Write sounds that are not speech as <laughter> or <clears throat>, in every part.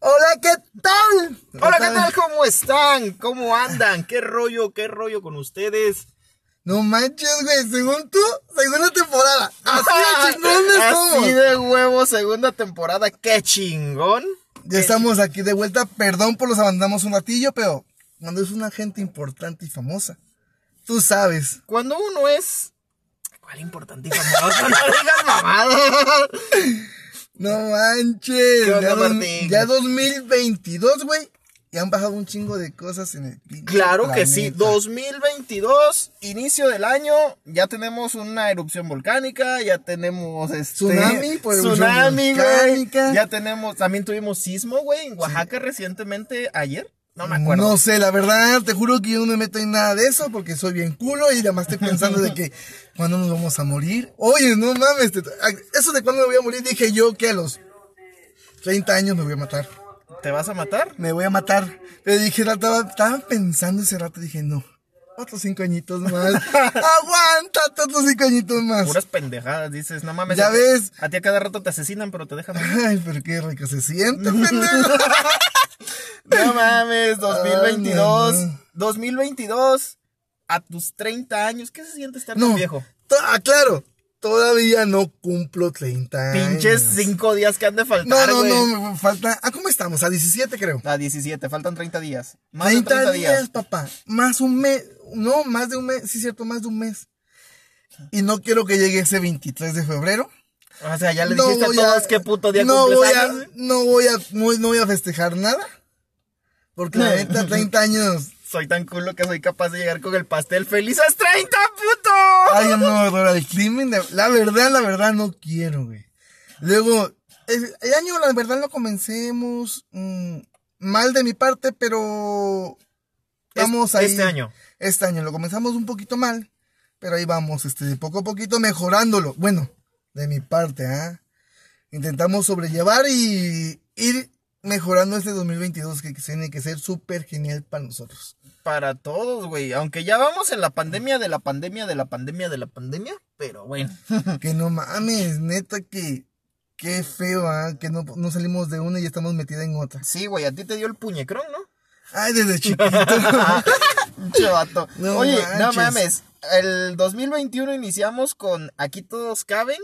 Hola, ¿qué tal? Hola, ¿qué tal? ¿Cómo están? ¿Cómo andan? ¿Qué rollo? ¿Qué rollo con ustedes? No manches, güey, según tú, segunda temporada. Así de chingones somos. Ah, Así de huevo, segunda temporada. ¡Qué chingón! Ya estamos aquí de vuelta. Perdón por los abandonamos un ratillo, pero cuando es una gente importante y famosa, tú sabes. Cuando uno es... ¿Cuál importante y famoso? <laughs> No digas mamadas. No manches. ¿Qué onda, Ya, dos- Martín? ya 2022, güey. Y han bajado un chingo de cosas en el pinche Claro que sí, planeta. 2022, inicio del año, ya tenemos una erupción volcánica, ya tenemos este, Tsunami por erupción tsunami, güey, volcánica. ya tenemos, también tuvimos sismo, güey, en Oaxaca recientemente, ayer, no me acuerdo. No sé, la verdad, te juro que yo no me meto en nada de eso porque soy bien culo y además estoy pensando de que <laughs> cuando nos vamos a morir. Oye, no mames, te- eso de cuándo me voy a morir, dije yo que a los 30 años me voy a matar. ¿Te vas a matar? Me voy a matar. Pero dije, la- estaba, estaba pensando ese rato, dije, no, otros cinco añitos <laughs> más. Aguanta, otros cinco añitos más. Puras pendejadas, dices, no mames. Ya a ti- ves. A ti a cada rato te asesinan, pero te dejan. Ay, pero qué rico se siente, <laughs> pendejo. no mames, 2022, Ay, no, no. 2022, a tus 30 años, ¿qué se siente estar tan No, viejo? to- ah, claro, todavía no cumplo 30 Pinches años. cinco días que han de faltar, No, no, güey. no, me falta. ¿A cómo estamos? A 17, creo. A 17, faltan 30 días. Más 30, de 30 días. días, papá. Más un mes. No, más de un mes. Sí, cierto, más de un mes. Y no quiero que llegue ese 23 de febrero. O sea, ya le no dijiste a todos qué puto día no cumples voy a, años. no voy a, muy- no voy a festejar nada. Porque la neta, 30 años. Soy tan culo que soy capaz de llegar con el pastel. ¡Felices 30, puto! Ay, no, Aurora, el crimen. de- la verdad, la verdad, no quiero, güey. Luego, el, el año, la verdad, lo comencemos mm, mal de mi parte, pero vamos Es- ahí. Este año. Este año lo comenzamos un poquito mal, pero ahí vamos, este, de poco a poquito mejorándolo. Bueno, de mi parte, ¿ah? Intentamos sobrellevar y ir mejorando este 2022 que tiene que ser súper genial para nosotros. Para todos, güey. Aunque ya vamos en la pandemia de la pandemia de la pandemia de la pandemia. Pero bueno. Que no mames, neta que qué feo, ¿ah? Que no, no salimos de una y estamos metidas en otra. Sí, güey, a ti te dio el puñecrón, ¿no? Ay, desde chiquito. Pinche vato. <laughs> No Oye, no manches. mames. El 2021 iniciamos con Aquí todos caben.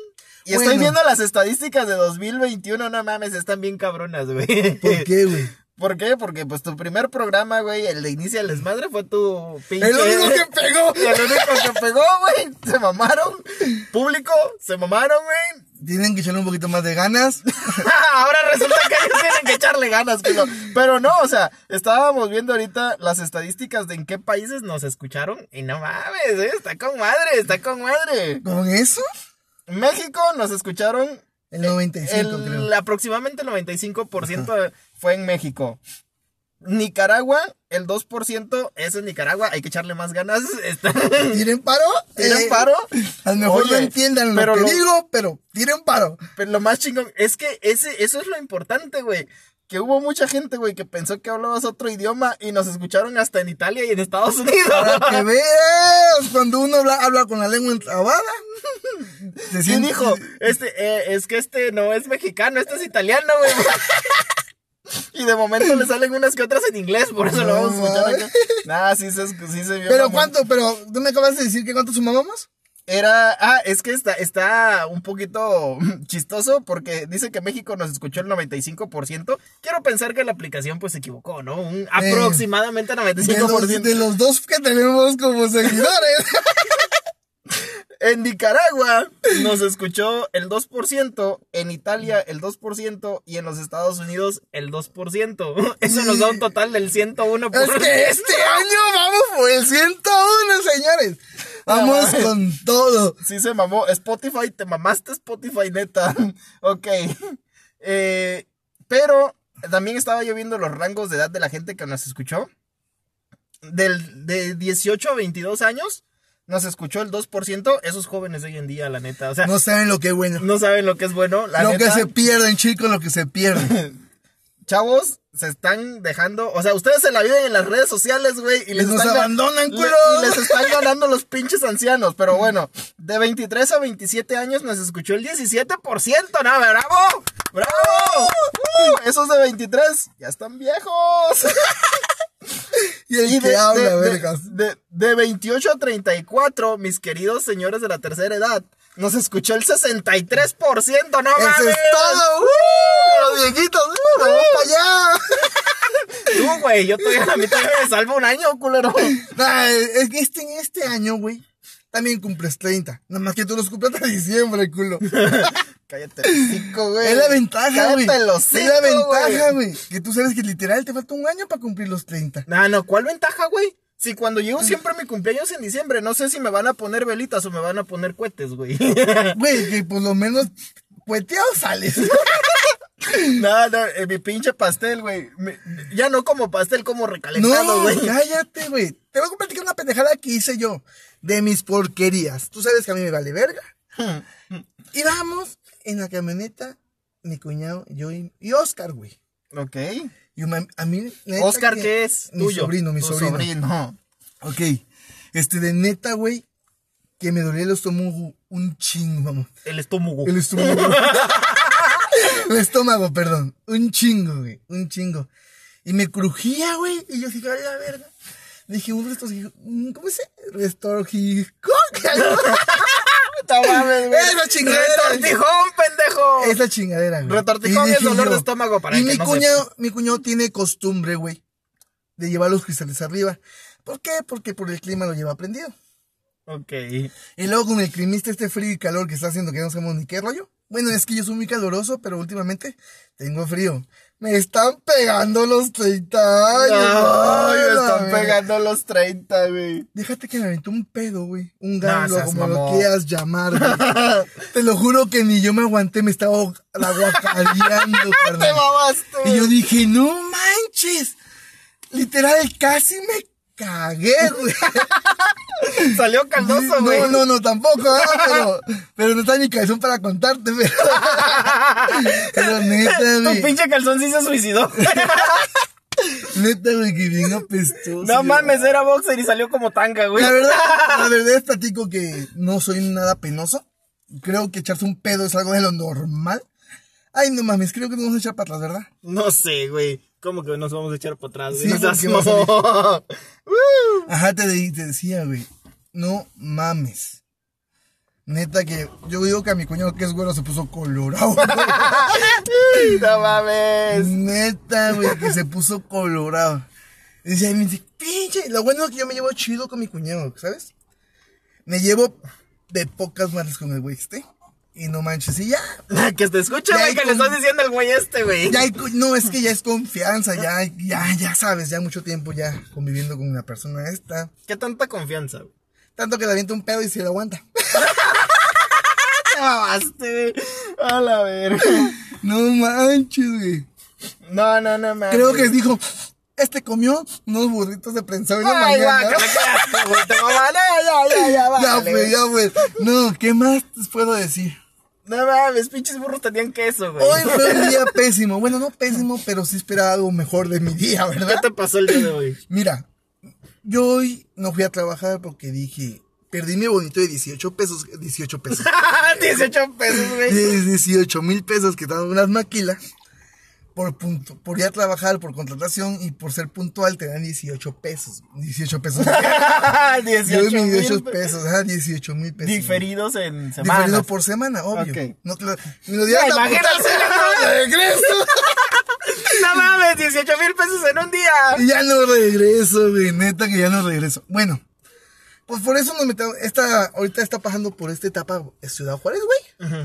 Y estoy Bueno. viendo las estadísticas de 2021, no mames, están bien cabronas, güey. ¿Por qué, <laughs> güey? ¿Por qué? Porque pues tu primer programa, güey, el de Inicia el Desmadre fue tu pinche... El único que pegó. <laughs> El único que pegó, güey. Se mamaron. Público, se mamaron, güey. Tienen que echarle un poquito más de ganas. <laughs> Ahora resulta que ellos tienen que echarle ganas, pero, pero no, o sea, estábamos viendo ahorita las estadísticas de en qué países nos escucharon y no mames, eh, está con madre, está con madre. ¿Con eso? México nos escucharon El 95, el- creo. aproximadamente el 95% fue en México. Nicaragua, el 2%, eso es Nicaragua, hay que echarle más ganas. <laughs> está- Tiren paro. ¿Tienen eh, paro? A lo mejor Oye, no entiendan lo pero que lo- digo, pero tiren paro. Pero lo más chingón es que ese, eso es lo importante, güey. Que hubo mucha gente, güey, que pensó que hablabas otro idioma y nos escucharon hasta en Italia y en Estados Para <laughs> que Unidos. veas, cuando uno habla, habla con la lengua <laughs> entrabada. Se ¿Quién siente- dijo? Este, eh, es que este no es mexicano, este es italiano, güey. <laughs> Y de momento le salen unas que otras en inglés, por eso lo vamos a escuchar acá. Nah, sí se, escu- sí se vio. Pero mamón. cuánto, pero tú me acabas de decir que cuánto sumábamos. Era, ah, es que está, está un poquito <laughs> chistoso porque dice que México nos escuchó el 95%. Quiero pensar que la aplicación pues se equivocó, ¿no? Un Eh, aproximadamente De los, 95%. de los dos que tenemos como seguidores. En Nicaragua nos escuchó el 2%, en Italia el 2% y en los Estados Unidos el 2%. <laughs> Eso nos da un total del 101%. es que este año vamos por el 101, señores. Vamos mames. con todo. Sí se mamó. Spotify, te mamaste Spotify, neta. <laughs> ok. Eh, pero también estaba yo viendo los rangos de edad de la gente que nos escuchó. Del, de 18 a 22 años nos escuchó el 2%. Esos jóvenes de hoy en día, la neta. O sea, no, No saben lo que es bueno. saben lo que es bueno. La lo neta. que se pierden, chicos, lo que se pierden. chavos se están dejando. O sea, ustedes se la viven en las redes sociales, güey. Y Y les nos están gan- abandonan, le- culo. y <laughs> les están ganando los pinches ancianos. Pero bueno, de 23 a 27 años nos escuchó el 17%, ¿no? ¡Bravo! ¡Bravo! Uh, esos de 23 ya están viejos. <laughs> Y el Y que de, habla, de- de- vergas. de- de 28 a 34, mis queridos señores de la tercera edad, nos escuchó el 63%, no mames. Eso es todo. ¡uh! Los viejitos, ¡uh! ¡Vamos para allá! Tú, güey, yo todavía a la mitad me salvo un año, <laughs> culero. Nah, es que este, este año, güey, también cumples 30. Nada más que tú los cumples hasta diciembre, culo. <laughs> Cállate, el hocico, güey. Es la ventaja, güey. Cállate el hocico, Es la ventaja, güey. güey. Que tú sabes que literal te falta un año para cumplir los 30. No, no, ¿cuál ventaja, güey? Si cuando llego siempre mi cumpleaños en diciembre, no sé si me van a poner velitas o me van a poner cohetes, güey. <laughs> Güey, que por lo menos cueteado sales. No, no, eh, mi pinche pastel, güey. Me- Ya no como pastel, como recalentado, No, güey. cállate, güey. Te voy a platicar una pendejada que hice yo de mis porquerías. Tú sabes que a mí me vale <laughs> verga. Y vamos en la camioneta, mi cuñado, yo y, y Oscar, güey. ok. Y una- a mí, neta Oscar, que- ¿qué es? Mi Tuyo. sobrino, mi Tu sobrino. Ok. Este, de neta, güey, que me dolía el estómago un chingo, vamos. El estómago. <laughs> El estómago. el estómago, perdón. Un chingo, güey. Un chingo. Y me crujía, güey. Y yo dije, a la verga. Dije, un restorjico. Mm, ¿Cómo se? Restorjico. <laughs> No mames, güey. Esa chingadera. Retortijón, pendejo. Es la chingadera, güey. Retortijón Y es dije dolor de estómago, para Y el que mi no cuñado, mi cuñado tiene costumbre, güey, de llevar los cristales arriba. ¿Por qué? Porque por el clima lo lleva prendido. Ok. Y luego con el climista este frío y calor que está haciendo que no sabemos ni qué rollo. Bueno, es que yo soy muy caloroso, pero últimamente tengo frío. Me están pegando los 30 años. Ay, Ay, me la están verga. pegando los 30, güey. Déjate que me aventó un pedo, güey. Un Nah, galo, seas como mamón. lo quieras llamar. <laughs> güey. Te lo juro que ni yo me aguanté, me estaba ahog- aguacareando, <laughs> Te carnal. mamaste. Y yo dije, no manches. Literal, casi me cagué, güey. Salió caldoso, güey. No, no, no, tampoco, ¿ah? pero, pero no está en mi cabezón para contarte, pero. <laughs> pero neta, Tu güey. pinche calzón sí <laughs> se suicidó. Neta, güey, que bien apestoso. no mames, era boxer y salió como tanga, güey. La verdad, la verdad es platico que no soy nada penoso. Creo que echarse un pedo es algo de lo normal. Ay, no mames, creo que nos vamos a echar para atrás, ¿verdad? No sé, güey. ¿Cómo que nos vamos a echar para atrás, <laughs> güey? Sí, No seas porque va a mamón. <laughs> Uh. Ajá, te, de- te decía, güey. No mames. Neta que yo digo que a mi cuñado que es güero se puso colorado. güey. no <laughs> mames. Neta, güey, que se puso colorado. Y decía, y me dice, pinche. Lo bueno es que yo me llevo chido con mi cuñado, ¿sabes? Me llevo de pocas manos con el güey este. Y no manches, y ya. que te escuche, Ya güey, hay que le con- estás diciendo al güey este, güey. ya hay cu- no, es que ya es confianza, ya, ya, ya sabes, ya mucho tiempo ya conviviendo con una persona esta. Qué tanta confianza, güey. Tanto que le avienta un pedo y se lo aguanta. <laughs> Te mamaste, güey. A la verga. No manches, güey. No, no, no mames. Creo que dijo, este comió unos burritos de prensado en la Ay, mañana. guácala, qué asco, güey. Te mamaste. No, ya, ya, ya, Ya, bájale, güey, güey. ya, güey. No, ¿qué más les puedo decir? No mames, pinches burros tenían queso, güey. Hoy fue un <laughs> día pésimo. Bueno, no pésimo, pero sí esperaba algo mejor de mi día, ¿Qué ¿verdad? te pasó el día de hoy? Mira, yo hoy no fui a trabajar porque dije, perdí mi bonito de 18 pesos, 18 <laughs> pesos, 18 pesos, <laughs> güey. de 18 mil pesos que estaban unas maquilas. Por, punto, por ir a trabajar, por contratación y por ser puntual te dan 18 pesos. 18 <laughs> pesos. <laughs> Yo 18 mis 18 mil pesos, ah, 18 mil pesos. diferidos en semanas. Diferido por semana, obvio. Ok. No te lo, ni lo dieron Ya, la puta imagínate. semana de regreso. <laughs> No mames, 18 mil pesos en un día. Y Ya no regreso, güey, neta que ya no regreso. Bueno, pues por eso nos metemos, esta, ahorita está pasando por esta etapa eh, Ciudad Juárez, güey,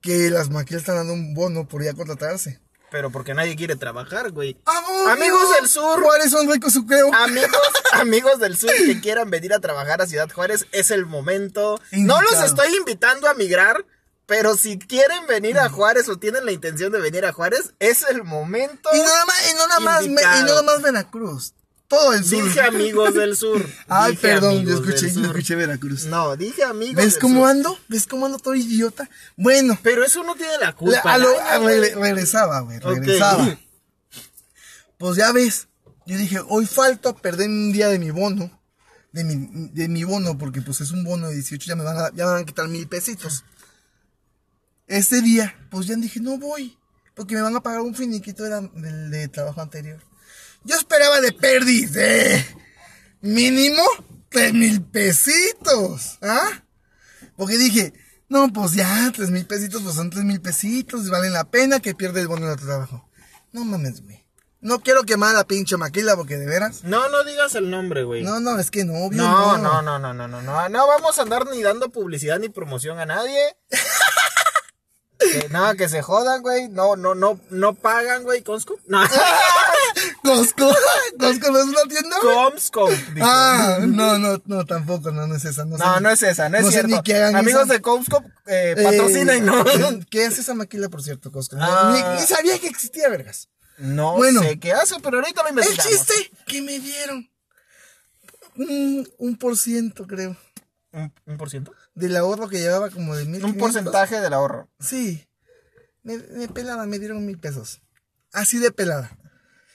que las maquilas están dando un bono por ya contratarse. Pero porque nadie quiere trabajar, güey. ¡Amor! Amigos del sur. Juárez son ricos, su creo. <laughs> Amigos, amigos del sur que quieran venir a trabajar a Ciudad Juárez, es el momento. No los Invitados. estoy invitando a migrar, pero si quieren venir a Juárez o tienen la intención de venir a Juárez, es el momento. Y nada más, y no nada más, me- y no nada más Veracruz. Todo el sur. Dije amigos del sur. Ay, Dije perdón, yo amigos del escuché, yo sur. escuché Veracruz. No, dije amigos ¿Ves del cómo sur. ando? ¿Ves cómo ando todo idiota? Bueno, Pero eso no tiene la la- culpa. a lo- Laia, a- güey. re- regresaba, güey, Ok. regresaba. Pues ya ves, yo dije, hoy falta perder un día de mi bono. De mi, de mi bono, porque pues es un bono de 18, ya me van a, ya me van a quitar mil pesitos. Ese día, pues ya dije, no voy, porque me van a pagar un finiquito de, la- del- de trabajo anterior. Yo esperaba de perdiz de mínimo tres mil pesitos, ¿ah? Porque dije, no, pues ya, tres mil pesitos, pues son tres mil pesitos, valen la pena que pierda el bono de tu trabajo. No mames, güey. No quiero quemar a la pinche maquila porque de veras. No, no digas el nombre, güey. No, no, es que no, obvio. No, no, no, no, no, no, no, no vamos a andar ni dando publicidad ni promoción <laughs> a nadie. Que- no, que se jodan, güey. No, no, no, no pagan, güey, Conscom. <laughs> No, Costco, <laughs> Costco no es una tienda. güey? Comscom. dije. Ah, no, no, no, tampoco, no, no es esa. No, No, sé- no es esa, no es no sé cierto. ni qué hagan Amigos esa- de Comscom, eh, patrocinen, ¿no? Eh, ¿Qué es esa maquila, por cierto, Costco? Ah. Ni, ni sabía que existía, vergas. <laughs> No Bueno. sé qué hace, pero ahorita lo El investigamos. chiste que me dieron. Un, un por ciento, creo. ¿Un, un por ciento? Del ahorro que llevaba como de mil. Un porcentaje del ahorro. Sí. Me, me pelaban, me dieron mil pesos. Así de pelada.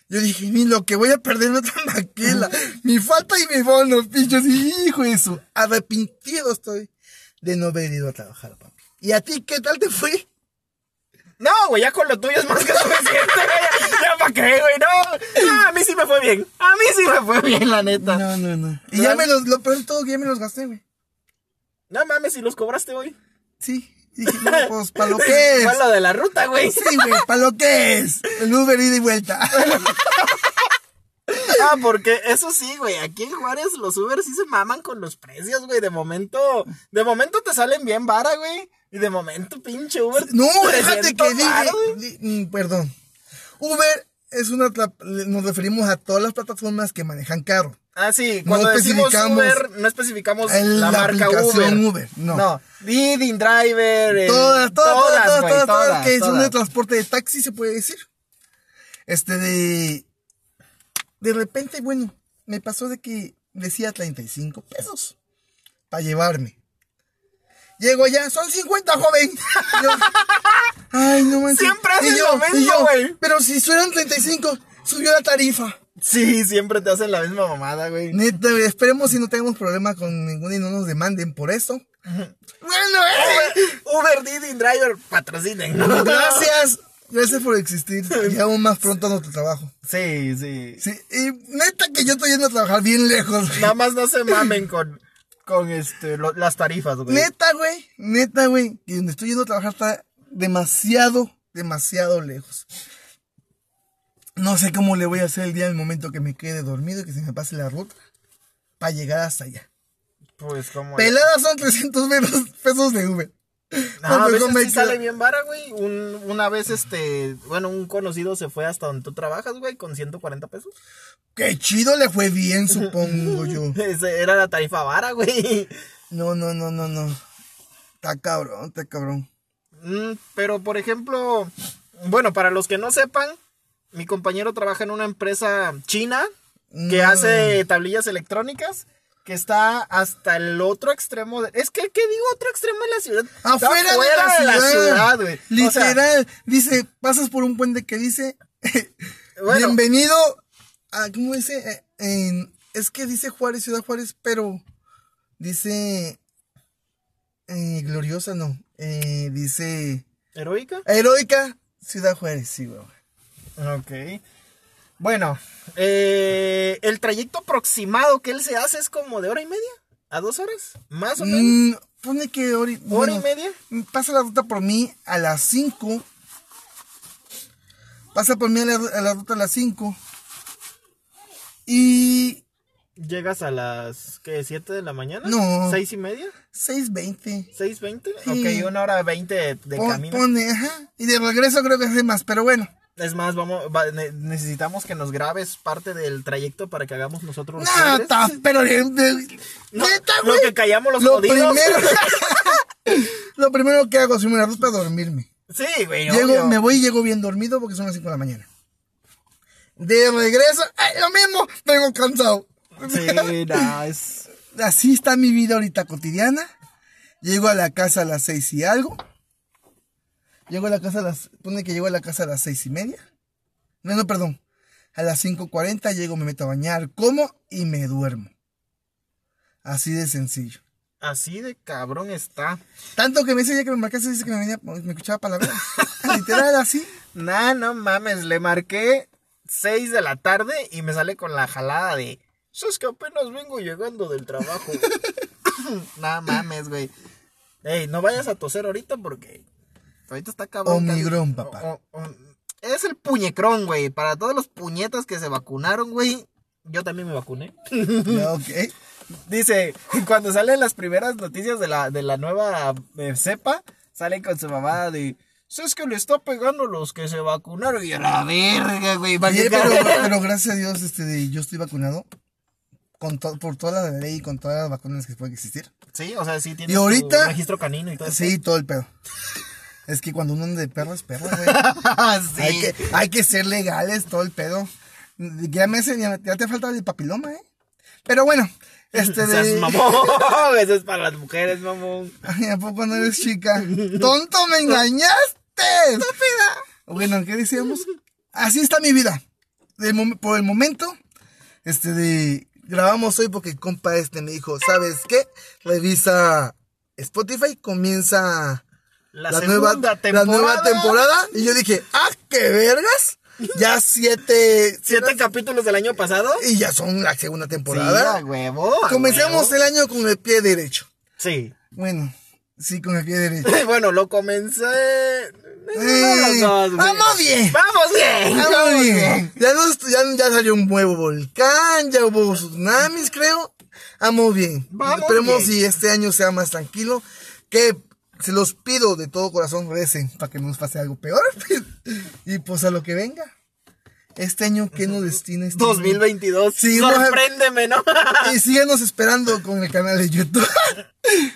Yo dije, ni lo que voy a perder otra <laughs> maquila. mi falta y mi bono, pinchos. Hijo de su. Arrepentido estoy de no haber ido a trabajar, papi. ¿Y a ti qué tal te fue? No, güey, ya con lo tuyo es más que <laughs> suficiente, güey. Ya, para qué, güey, no. No, a mí sí me fue bien. A mí sí me fue bien, la neta. No, No, no, no. Y ya me los, lo peor de todo, que ya me los gasté, güey. mames, si los cobraste hoy. Sí. Dije, no, pues, <laughs> ¿para lo que es? Fue lo de la ruta, güey. Sí, güey, ¿para lo que es? El Uber ida y vuelta. Ah, porque eso sí, güey, aquí en Juárez los Uber sí se maman con los precios, güey. De momento, de momento te salen bien vara, güey. Y de momento, pinche Uber. No, déjate 300 que diga. varos, güey. di- mm, Perdón. Uber es una. tra- Nos referimos a todas las plataformas que manejan carro. Ah, sí, No cuando decimos especificamos Uber, no especificamos el- la, la marca Uber. aplicación Uber, no. Didi, Driver, el- Todas, todas, todas, todas, güey, todas, todas, que son de todas. transporte de taxi, se puede decir. Este de. De repente, bueno, me pasó de que decía 35 pesos para llevarme. Llego allá, son 50, joven. <laughs> Yo, Ay, no manches. Siempre hacen Y yo, lo y mismo, yo, güey. Pero si fueran 35, subió la tarifa. Sí, siempre te hacen la misma mamada, güey. Neta, güey, esperemos si no tenemos problema con ninguno y no nos demanden por eso. Bueno, eh. Uber, Uber, Didi, Driver, <laughs> patrocinen. ¿no? <laughs> Gracias. Gracias por existir. Y aún más pronto a nuestro trabajo. Sí, sí. Sí, y neta que yo estoy yendo a trabajar bien lejos. güey. Nada más no se mamen con, con este, lo- las tarifas, güey. Neta, güey. Neta, güey. Que donde estoy yendo a trabajar está demasiado, demasiado lejos. No sé cómo le voy a hacer el día en el momento que me quede dormido y que se me pase la ruta para llegar hasta allá. Pues como. Peladas son 300 menos pesos de Uber. No, a pues, veces me sí queda- sale bien vara, güey. Un- una vez, este, bueno, un conocido se fue hasta donde tú trabajas, güey, con 140 pesos. <laughs> Qué chido le fue bien, supongo yo. Esa Era la tarifa vara, güey. No, no, no, no, no. Está cabrón, está cabrón. Mm, Pero, por ejemplo, bueno, para los que no sepan, mi compañero trabaja en una empresa china que No. hace tablillas electrónicas. Que está hasta el otro extremo. De... Es que, ¿qué digo? Otro extremo de la ciudad. Está Afuera de la de ciudad. güey. O sea, Literal. dice, pasas por un puente que dice, bueno, bienvenido a, ¿cómo dice? Eh, en- es que dice Juárez, Ciudad Juárez, pero dice, eh, gloriosa, no. Eh, dice, heroica. heroica, Ciudad Juárez, sí, güey. Ok. Bueno, eh, el trayecto aproximado que él se hace es como de hora y media a dos horas, más o menos. Mm, pone que hora y, ¿Hora y bueno, media? Pasa la ruta por mí a las 5. Pasa por mí a la, a la ruta a las 5. Y Llegas a las, ¿qué? ¿Siete de la mañana? No. ¿Seis y media? 6.20. ¿Seis veinte? Sí. Ok, una hora veinte de, de Pon- camino. pone, ajá. Y de regreso creo que hace más, pero bueno. Es más, vamos, va- ne- necesitamos que nos grabes parte del trayecto para que hagamos nosotros los No, padres. ta- pero de- de- No, neta, lo güey. que callamos los Lo jodidos. primero, <laughs> lo primero que hago es irme a la ruta a dormirme. Sí, güey, Llego, obvio. me voy y llego bien dormido porque son las 5 de la mañana. De regreso, ¡ay, lo mismo, vengo cansado. Sí, no, es... así está mi vida ahorita cotidiana. Llego a la casa a las seis y algo. Llego a la casa a las. Pone que llego a la casa a las seis y media. No, no, perdón. A las 5.40 llego, me meto a bañar, como y me duermo. Así de sencillo. Así de cabrón está. Tanto que me ese día que me marcaste, dice que me, venía, me escuchaba palabras. <laughs> Literal, así. Nah, no mames, le marqué 6 de la tarde y me sale con la jalada de. Es que apenas vengo llegando del trabajo. <laughs> nah, mames, güey. Ey, no vayas a toser ahorita porque. Ahorita está cabrón. Omicron, casi- <laughs> papá. o- o- es el puñecrón, güey. Para todos los puñetas que se vacunaron, güey. Yo también me vacuné. <laughs> Ya, ok. Dice, cuando salen las primeras noticias de la, de la nueva eh, cepa, salen con su mamada de. Es que le está pegando los que se vacunaron. Y a la verga, güey. Oye, imagínate. pero, pero gracias a Dios, este, de- yo estoy vacunado con to- por toda la ley y con todas las vacunas que pueden existir. Sí, o sea, sí tiene Y ahorita- registro canino y todo. Sí, todo el pedo. Es que cuando uno anda de perro es perro, güey. eso. <laughs> sí. Hay que, hay que ser legales, todo el pedo. Ya, me, hace- ya ya te falta el papiloma, ¿eh? Pero bueno, este Seas de... mamón. <laughs> Eso es para las mujeres, mamón. Ay, ¿a poco no eres chica? ¡Tonto, me engañaste! ¡Estúpida! Bueno, ¿qué decíamos? Así está mi vida. De mom- por el momento, este de... Grabamos hoy porque el compa este me dijo, ¿sabes qué? Revisa Spotify, comienza La, nueva, segunda la temporada. nueva temporada. Y yo dije, ¡ah, qué vergas! Ya siete... ¿Siete capítulos del año pasado? Y ya son la segunda Sí, temporada. a huevo. a Comencemos huevo. el año con el pie derecho. Sí. <laughs> Bueno, sí, con el pie derecho. bueno, lo comencé. Eh, Vamos, vamos bien. Vamos bien. Ah, muy bien. Ya, nos- ya- ya salió un nuevo volcán, ya hubo tsunamis, creo. Vamos bien. Vamos Esperemos bien. si este año sea más tranquilo. Que se los pido de todo corazón, recen para que no nos pase algo peor. <laughs> y pues a lo que venga. Este año, ¿qué nos destina este año? 2022. Sí, Sorpréndeme, ¿no? <laughs> Y síguenos esperando con el canal de YouTube. <laughs>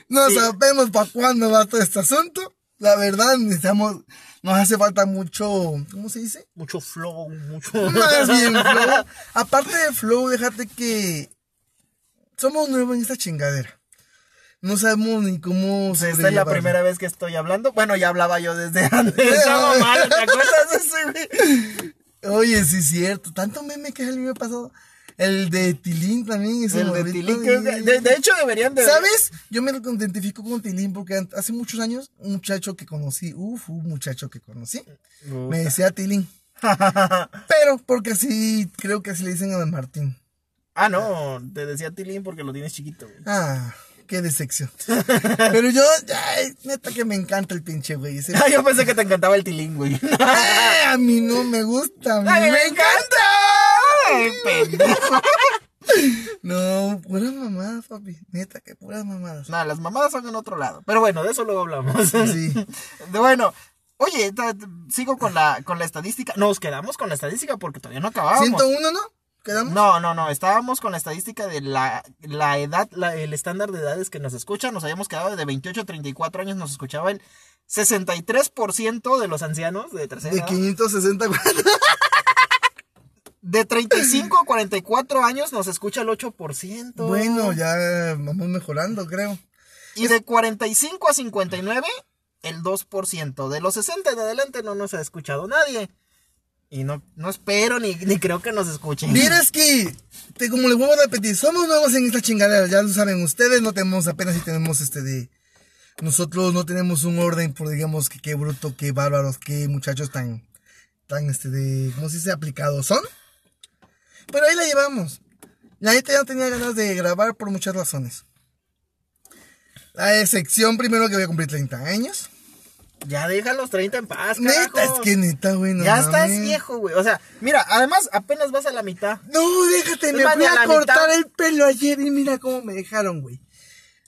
No Sí. sabemos para cuándo va todo este asunto. La verdad, necesitamos, nos hace falta mucho, ¿cómo se dice? mucho flow, mucho. <laughs> Más bien flow. Aparte de flow, déjate que somos nuevos en esta chingadera. No sabemos ni cómo Pues Esta es la sobrellevarlo. <laughs> primera vez que estoy hablando. Bueno, ya hablaba yo desde <laughs> antes. Sí, Estaba no. mal, ¿te <laughs> acuerdas de ese, güey? Oye, sí es cierto. Tanto meme que es el año pasado. El de Tilín también. ese El de morrito Tilín, que es de- de- de hecho, deberían de. ¿Sabes? Yo me identifico con Tilín porque an- hace muchos años un muchacho que conocí, uff, un muchacho que conocí, me decía Tilín. Pero porque así, creo que así le dicen a Don Martín. <laughs> Ah, no, te decía Tilín porque lo tienes chiquito. güey. <laughs> Ah, qué decepción. Pero yo, ay, neta que me encanta el pinche güey. ese- Ah, yo pensé que te encantaba el Tilín, güey. <laughs> ¡Eh! a mí no me gusta, a mí ¡Ay, me me encanta! Ay, pendejo. No, puras mamadas, papi. Neta que puras mamadas. No, pues las mamadas son en otro lado. Pero bueno, de eso luego hablamos. Sí. <laughs> De- bueno, oye, ta- ta- sigo con la, con la estadística. Nos quedamos con la estadística porque todavía no acabamos. 101, ¿no? ¿Quedamos? No, no, no, estábamos con la estadística de la, la edad, la- el estándar de edades que nos escuchan. Nos habíamos quedado de 28 a 34 años, nos escuchaba el 63% de los ancianos de tercera De <laughs> edad. 560. De 35 a 44 años nos escucha el 8%. Bueno, ya vamos mejorando, creo. Y de 45 a 59, el 2%. De los 60 en adelante no nos ha escuchado nadie. Y no, no espero ni, ni creo que nos escuchen. Vieras que, te, como les vuelvo a repetir, somos nuevos en esta chingadera, ya lo saben ustedes, no tenemos apenas si tenemos este de... Nosotros no tenemos un orden, por digamos que qué bruto, qué bárbaros, qué muchachos tan, tan este de, ¿cómo se dice? Aplicados son. Pero ahí la llevamos. La neta ya no tenía ganas de grabar por muchas razones. La excepción primero que voy a cumplir 30 años. Ya deja los 30 en paz, carajo. Neta, es que neta, güey, no Pues, ya estás mames. viejo, güey. O sea, mira, además apenas vas a la mitad. No, déjate, me más, fui ni a a la cortar mitad. el pelo ayer y mira cómo me dejaron, güey.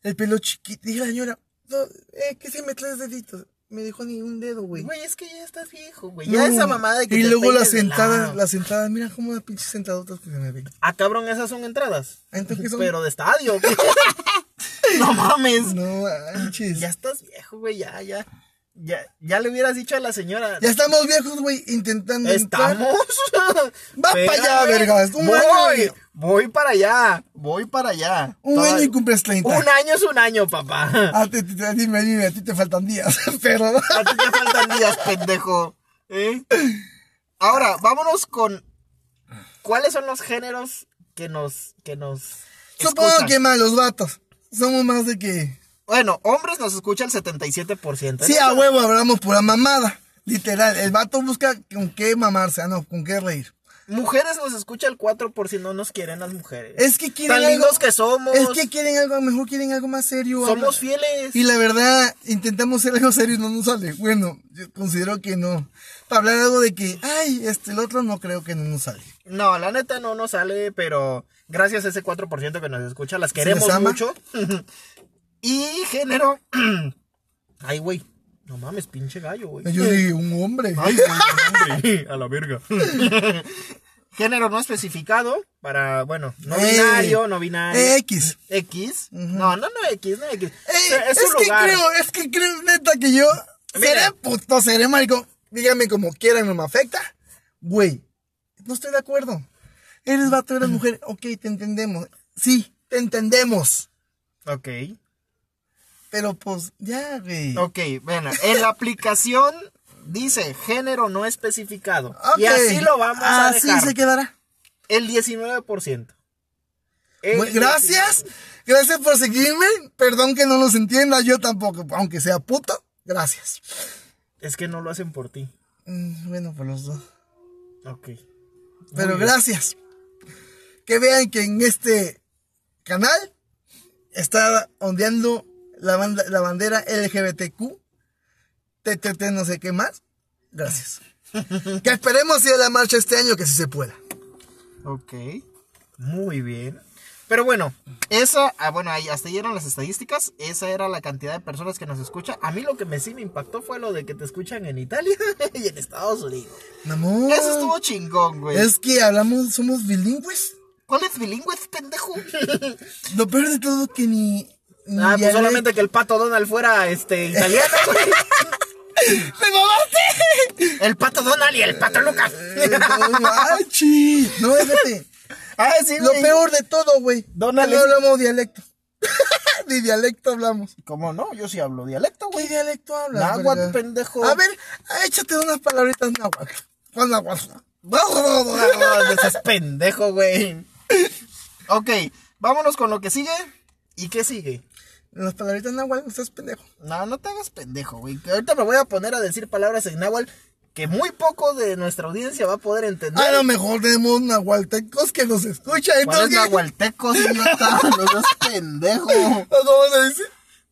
El pelo chiquito. Dije la señora, no, eh, ¿qué se me traes deditos? Me dejó ni un dedo, güey. Güey, es que ya estás viejo, güey. Ya No. esa mamada de que Y te luego las peines de sentadas, lado. las sentadas, mira cómo las pinches sentadotas que se me ven. Ah, cabrón, esas son entradas. Ah, Entonces, ¿qué son? Pero de estadio. güey. <laughs> no mames. No, manches. Ya Ya. estás viejo, güey. Ya, ya. Ya, ya le hubieras dicho a la señora. estamos viejos, güey, intentando entrar. Estamos. <laughs> Va pa' allá, Espérame. vergas. Un voy, año. voy para allá. Voy para allá. Un Toda- año y cumples 30. Un año es un año, papá. <laughs> Ah, te- te- te- dime, dime, a ti te faltan días, <laughs> pero... A ti te faltan días, pendejo. ¿Eh? Ahora, vámonos con ¿Cuáles son los géneros que nos. que nos. Supongo escuchan? que más los vatos. Somos más de que. Bueno, hombres nos escucha el 77%. Sí, a huevo hablamos pura mamada. Literal, el vato busca con qué mamarse, ah, no, con qué reír. Mujeres nos escucha el 4%. No nos quieren las mujeres. Es que quieren Tan algo. lindos que somos. Es que quieren algo, a lo mejor quieren algo más serio. habla- somos fieles. Y la verdad, intentamos hacer algo serio y no nos sale. Bueno, yo considero que no. Para hablar algo de que, ay, este, el otro no creo que no nos sale. No, la neta no nos sale, pero gracias a ese 4% que nos escucha, las queremos les ama. mucho. <laughs> y género. <clears throat> Ay, güey. No mames, pinche gallo, güey. Yo dije, un hombre. <laughs> Ay, güey, <laughs> hombre, a la verga. <laughs> Género no especificado para, bueno, no Ey. binario, no binario. X. X. No, no, no X, no X. Ey, Eh, es es su que lugar. creo, es que creo neta que yo Mira. seré puto, seré marico. Díganme como quieran, no me afecta. Güey, no estoy de acuerdo. Eres vato, eres mujer. Ok, te entendemos. Sí, te entendemos. Ok. Pero pues, ya, güey. Ok, bueno, en la aplicación dice género no especificado. Y Ok. así lo vamos a Así dejar. se quedará. El 19%. El Bueno, gracias, gracias por seguirme. Perdón que no los entienda, yo tampoco, aunque sea puto. Gracias. 19. Es que no lo hacen por ti. Mm, Bueno, por los dos. Ok. Pero gracias. Que vean que en este canal está ondeando la, banda- la bandera LGBTQ, TTT, no sé qué más. <laughs> Gracias. que esperemos ir a la marcha este año, que si se pueda. Ok. Muy bien. Pero bueno, esa, ah, bueno, ahí hasta ahí eran las estadísticas. Esa era la cantidad de personas que nos escucha. A mí lo que me sí me impactó fue lo de que te escuchan en Italia <laughs> y en Estados Unidos. Mamón. Eso estuvo chingón, güey. Es que hablamos, somos bilingües. ¿Cuál es bilingüe, este <laughs> pendejo? Lo peor de todo que ni... ni Ah, pues dialecto. solamente que el pato Donald fuera este italiano, güey. ¡Me mamaste! El pato Donald y el pato Lucas. No manches. No, déjate. <laughs> ah, <laughs> sí, Lo güey. peor de todo, güey. Donald que No es- hablamos dialecto. <laughs> Ni dialecto hablamos. ¿Cómo no? Yo sí hablo dialecto, ¿Qué güey. dialecto hablas? Náhuatl, verga? pendejo. <laughs> A ver, échate unas palabritas náhuatl. ¿Cuál náhuatl? No, estás pendejo, güey. Ok, vámonos con lo que sigue. ¿Y qué sigue? Las palabritas náhuatl, estás pendejo. No, no te hagas pendejo, güey. Que ahorita me voy a poner a decir palabras en náhuatl que muy poco de nuestra audiencia va a poder entender. A lo mejor tenemos nahualtecos que nos escucha. ¿Cuál es Entonces, <laughs> nahualteco, idiota? No seas pendejo. ¿Cómo se dice?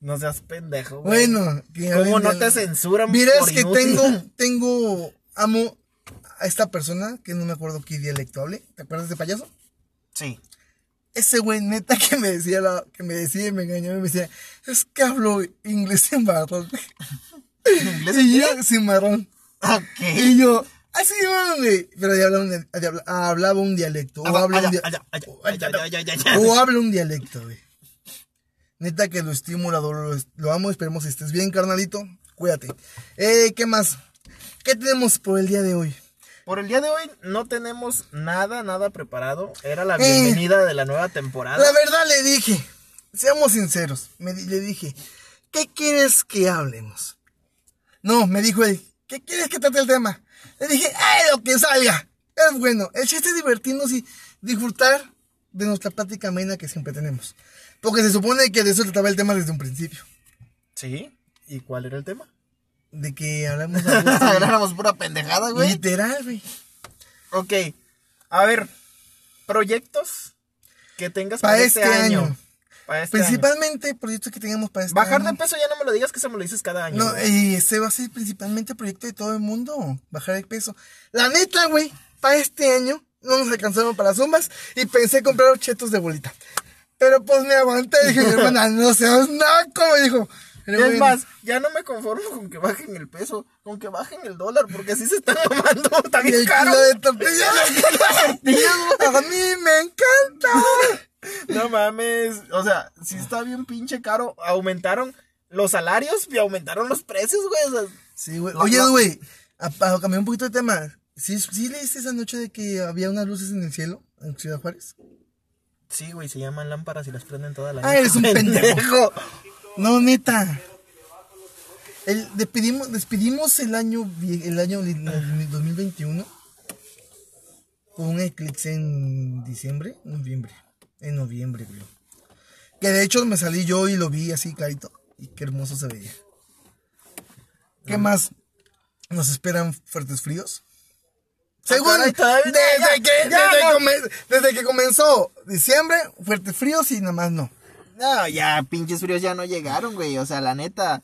No seas pendejo, güey. Bueno, que ¿Cómo hablen no de- te censuran Mira, por es que inútil? <laughs> tengo, tengo, amo a esta persona que no me acuerdo qué dialecto hable. ¿Te acuerdas de payaso? Sí. Ese güey neta que me decía, la- que me decía y me engañaba y me decía, es que hablo inglés sin marrón. ¿Inglés? Y yo, sin marrón. Ok. Y yo, así van, güey. Pero ya hablaba un, di- ya habla- ah, hablaba un dialecto. O habla un, Allá, dia- allá, allá, allá, allá, allá, allá. o habla un dialecto, güey. Neta que lo estimulador, lo, es- lo amo, esperemos que estés bien, carnalito. Cuídate. Eh, ¿qué más? ¿Qué tenemos por el día de hoy? Por el día de hoy no tenemos nada, nada preparado. Era la Eh. bienvenida de la nueva temporada. La verdad le dije, seamos sinceros, me di- le dije, ¿qué quieres que hablemos? No, me dijo él, ¿qué quieres que trate el tema? Le dije, ¡ay, lo que salga! Es bueno, el chiste es divertirnos y disfrutar de nuestra plática amena que siempre tenemos. Porque se supone que de eso trataba el tema desde un principio. Sí. ¿Y cuál era <laughs> el tema? De que hablamos a <laughs> gusto. Éramos pura pendejada, güey. Literal, güey. Ok. A ver, proyectos que tengas Pa' para este, este año. año. Para este año. Principalmente proyectos que tengamos para este Bajar de año. peso ya no me lo digas que se me lo dices cada año. No, güey. y este va a ser principalmente proyecto de todo el mundo, bajar el peso. La neta, güey, para este año no nos alcanzaron para zumbas y pensé comprar chetos de bolita. Pero pues me aguanté, <laughs> dije, mi hermana, no seas naco, me dijo. Pero es bueno, más, ya no me conformo con que bajen el peso, con que bajen el dólar, porque así se están tomando Está <laughs> y bien el caro. kilo de tortillas. <laughs> <laughs> A mí me encanta. No mames, o sea, sí está bien pinche caro. Aumentaron los salarios y aumentaron los precios, güey. o sea, Sí, güey. No, Oye, no. güey, a- a- cambié un poquito de tema. ¿Sí, ¿Sí leíste esa noche de que había unas luces en el cielo, en Ciudad Juárez? sí, güey, se llaman lámparas y las prenden toda la Ah, eres un <laughs> pendejo. No, neta. El, despedimos, despedimos el año vie- el año li- li- 2021 Fue un eclipse en diciembre, noviembre. En noviembre, creo. Que de hecho me salí yo y lo vi así clarito. Y qué hermoso se veía. Mm. ¿Qué más? ¿Nos esperan fuertes fríos? Según, Ah, caray, todavía- desde, ya, que, ya, desde ya. comen- desde que comenzó diciembre, fuertes fríos y nada más no. No, ya, pinches fríos ya no llegaron, güey. O sea, la neta.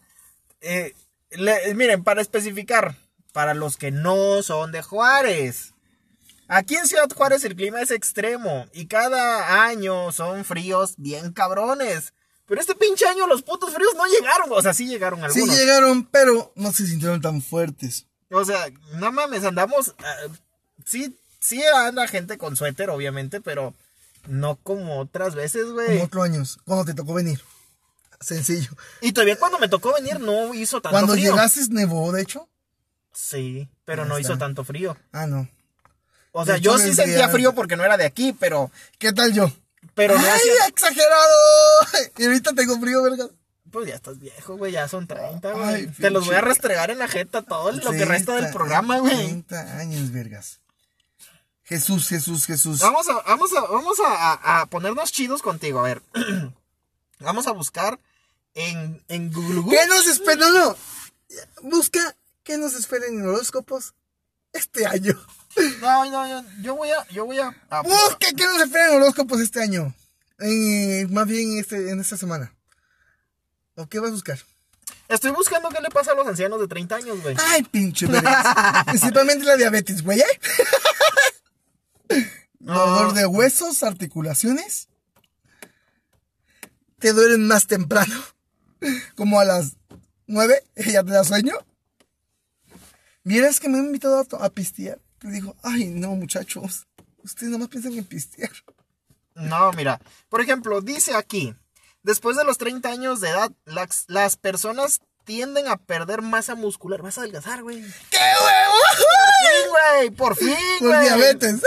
Eh, le- miren, para especificar, para los que no son de Juárez. Aquí en Ciudad Juárez el clima es extremo y cada año son fríos bien cabrones. Pero este pinche año los putos fríos no llegaron. O sea, sí llegaron Sí algunos. llegaron, pero no se sintieron tan fuertes. o sea, no mames, andamos... ah, sí, sí anda gente con suéter, obviamente, pero no como otras veces, güey. Como otros años, cuando te tocó venir. Sencillo. Y todavía cuando me tocó venir no hizo tanto Cuando frío. llegaste nevó, de hecho. Sí, pero Ya no hizo está. tanto frío. Ah, no. O De sea, hecho, yo me sí sentía enviaron- frío porque no era de aquí, pero ¿Qué tal yo? pero no ¡Ay, hacía- exagerado! <laughs> Y ahorita tengo frío, verga. Pues ya estás viejo, güey, ya son 30, Ay, güey. Te los voy a pinche- restregar en la jeta todo el- lo que resta del 30, programa, güey. 30 años, vergas. Jesús, Jesús, Jesús. Vamos a vamos a vamos a, a- a ponernos chidos contigo, a ver. <clears throat> vamos a buscar en en Google. ¿Qué nos espera? No, no. Busca qué nos esperen en horóscopos este año. No, no, yo, yo voy a yo voy a, a- Busca qué nos espera en horóscopos este año. Eh, más bien este, en esta semana. ¿O qué vas a buscar? Estoy buscando qué le pasa a los ancianos de 30 años, güey. Ay, pinche <laughs> vergas. Principalmente la diabetes, güey. <laughs> ¿eh? Dolor de huesos, articulaciones. Te duelen más temprano. Como a las 9, <laughs> ya te da sueño. Vieras que me han invitado a, to- a pistear. Le digo, ay, no, muchachos. Ustedes nomás piensan en pistear. No, mira, por ejemplo, dice aquí, después de los 30 años de edad, las, las personas tienden a perder masa muscular. Vas a adelgazar, güey. Por ¡Qué huevo! fin, güey, por fin, Por güey. diabetes.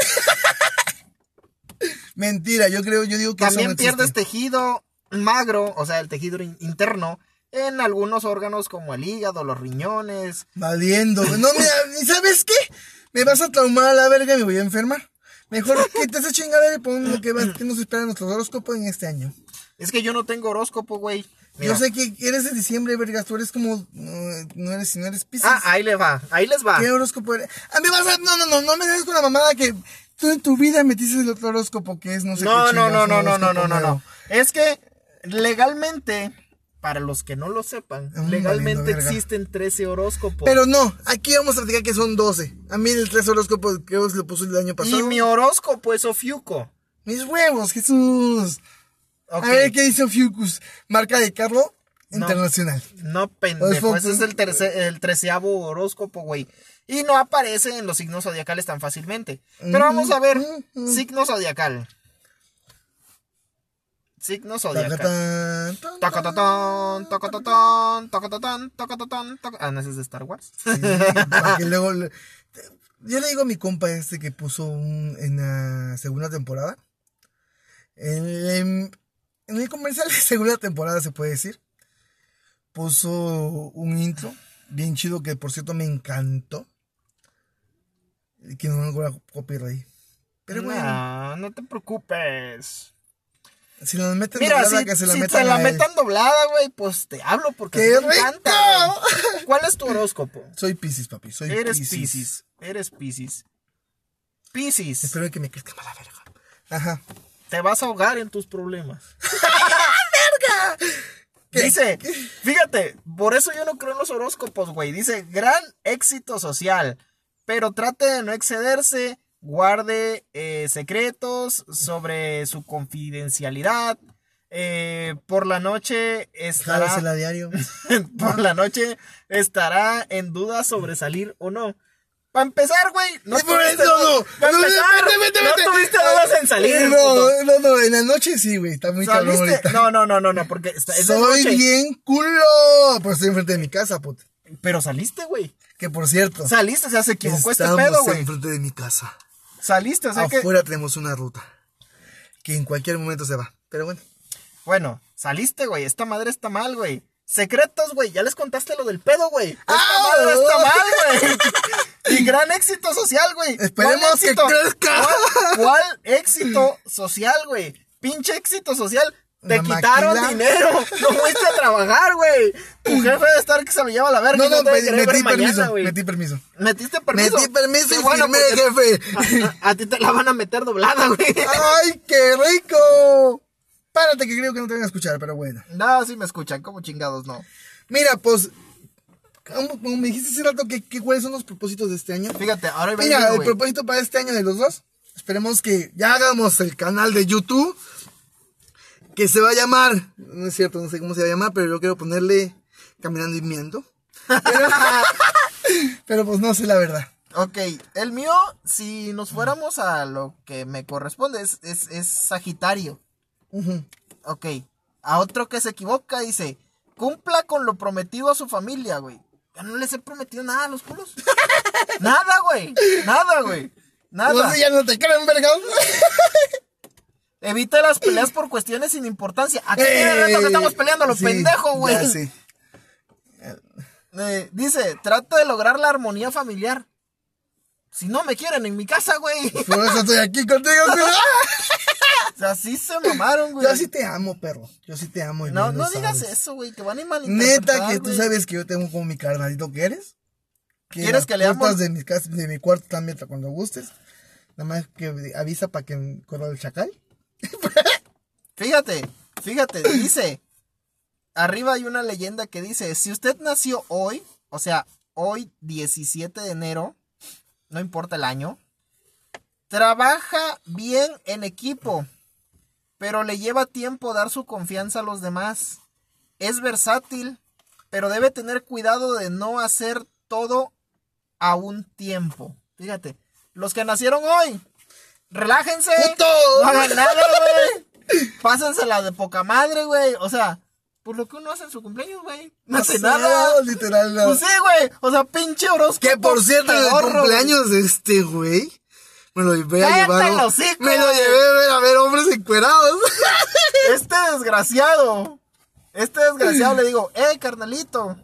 <laughs> Mentira, yo creo, yo digo que eso También no existe. pierdes tejido magro, o sea, el tejido in- interno, en algunos órganos como el hígado, los riñones. Valiendo. güey. No, mira, ¿y ¿sabes qué? Me vas a traumar a la verga y me voy a enfermar. Mejor quita esa chingadera y pon lo que, va, que nos espera en nuestro horóscopo en este año. Es que yo no tengo horóscopo, güey. Mira. Yo sé que eres de diciembre, vergas. Tú eres como. No, no eres, no eres piscis. Ah, ahí le va, ahí les va. ¿Qué horóscopo eres? Ah, me vas a. No, no, no, no me dejes con la mamada que tú en tu vida metiste el otro horóscopo que es no sé No, qué. no, no, chingados, no, un no, no, horóscopo no, no, nuevo. no. Es que legalmente, para los que no lo sepan, Mm, legalmente valiendo verga. existen 13 horóscopos. Pero no, aquí vamos a platicar que son 12. A mí el tres horóscopos creo que lo puso el año pasado. y mi horóscopo es Ofiuco. Mis huevos, Jesús. Ok. A ver qué dice Fucus, marca de carro No. internacional. No, Pues pendejo, fue- ese es el, terce- el treceavo horóscopo, güey. Y no aparece en los signos zodiacales tan fácilmente. Pero vamos a ver, signo zodiacal. Signo zodiacal. Tacatán, tan, Tacatatán, tacatatán, tacatatán, tacatatán, taca- Ah, no, ese es de Star Wars. tan, para que luego le- Yo le digo a mi compa este que puso un- en la segunda temporada. En, en- en el comercial de segunda temporada se puede decir. Puso un intro bien chido que por cierto me encantó. Y Que no me acuerdo copyright. Pero bueno, No, no te preocupes. si nos meten Mira, doblada, si, que se si la te metan a la él. metan doblada, güey, pues te hablo porque ¡Qué a ti te encanta. rico! güey. ¿Cuál es tu horóscopo? Soy Pisces, papi. Soy Eres Piscis. Piscis. Eres Piscis. Piscis, Espero que me crezca más la verga. Ajá. te vas a ahogar en <laughs> tus problemas. Dice, fíjate, por eso yo no creo en los horóscopos, güey. Dice, gran éxito social, pero trate de no excederse, guarde eh, secretos sobre su confidencialidad. eh, por la noche estará... Járasela a diario. <laughs> por la noche estará en duda sobre salir o no. Para empezar, güey, no Por tuviste, eso, no. pa' No, empezar, vete, vete, no vete. tuviste dudas en salir. puto. No, no, no. En la noche sí, güey. Está muy cabrón Saliste- ahorita. No, no, no, no, no, porque está- es de Soy noche. bien culo. Pero estoy enfrente de mi casa, puta. Pero saliste, güey. Que por cierto. Saliste, o sea, se equivocó estamos este pedo, güey. enfrente de mi casa. Saliste, o sea que. Afuera tenemos una ruta. Que en cualquier momento se va. Pero bueno. Bueno, saliste, güey. Esta madre está mal, güey. Secretos, güey. Ya les contaste lo del pedo, güey. Esta ¡Ah! madre está mal, güey. Y gran éxito social, güey. Esperemos Gran que éxito. crezca. ¿Cuál, cuál éxito social, güey? Pinche éxito social. Te La quitaron maquila. dinero. No fuiste a trabajar, güey. <clears throat> Tu jefe de estar que se lo lleva a la verga. No, y no, no, te va a pedí- metí querer ver mañana, permiso, güey. metí permiso. Metiste permiso. Metí permiso Qué y bueno, firmé, porque <laughs> jefe. A, a ti te la van a meter doblada, güey. ¡Ay, qué rico! Párate que creo que no te van a escuchar, pero bueno. No, sí me escuchan, como chingados, no. Mira, pues, como, como me dijiste hace rato, que, que ¿cuáles son los propósitos de este año? Fíjate, ahora iba a Mira, decir, el güey, propósito para este año de los dos, esperemos que ya hagamos el canal de YouTube, que se va a llamar, no es cierto, no sé cómo se va a llamar, pero yo quiero ponerle Caminando y Miendo. Pero, <laughs> pero, pues no sé la verdad. Ok, el mío, si nos fuéramos a lo que me corresponde, es, es, es Sagitario. Ujú. Ok, a otro que se equivoca dice, cumpla con lo prometido a su familia, güey. Yo no les he prometido nada a los <laughs> culos. nada, güey. Nada, güey. Nada. Pues, ya no te creen, verga. Evita las peleas por cuestiones sin importancia. Aquí tiene el reto que estamos peleando, los Eh, Sí, pendejos, güey. ya sé. Eh, dice, trata de lograr la armonía familiar. Si no me quieren en mi casa, güey. <laughs> Por eso estoy aquí contigo. güey. O sea, sí se mamaron, güey. Yo sí te amo, perro. Yo sí te amo. y No, bien no lo digas sabes. eso, güey, que van a malinterpretar, Neta que tú güey. sabes que yo tengo como mi carnalito que eres. ¿Quieres las que leamos? puertas de mi, casa, de mi cuarto también para cuando gustes. Nada más que avisa para que corra el chacal. Fíjate, fíjate, <clears throat> dice. Arriba hay una leyenda que dice, si usted nació hoy, o sea, hoy 17 de enero, no importa el año, trabaja bien en equipo, pero le lleva tiempo dar su confianza a los demás. Es versátil, pero debe tener cuidado de no hacer todo a un tiempo. Fíjate, los que nacieron hoy, relájense. ¡Puto! No hagan nada, güey. Pásensela de poca madre, güey. O sea, por lo que uno hace en su cumpleaños, güey. <laughs> No hace nada. Literal. nada. Pues sí, güey. O sea, pinche Orozco. que por cierto, en el pedorro, güey. cumpleaños de este güey. Me lo llevé a Cállate llevar. el hocico, me lo güey. llevé a ver, a ver hombres encuerados. Este desgraciado. Este desgraciado le digo, eh, carnalito.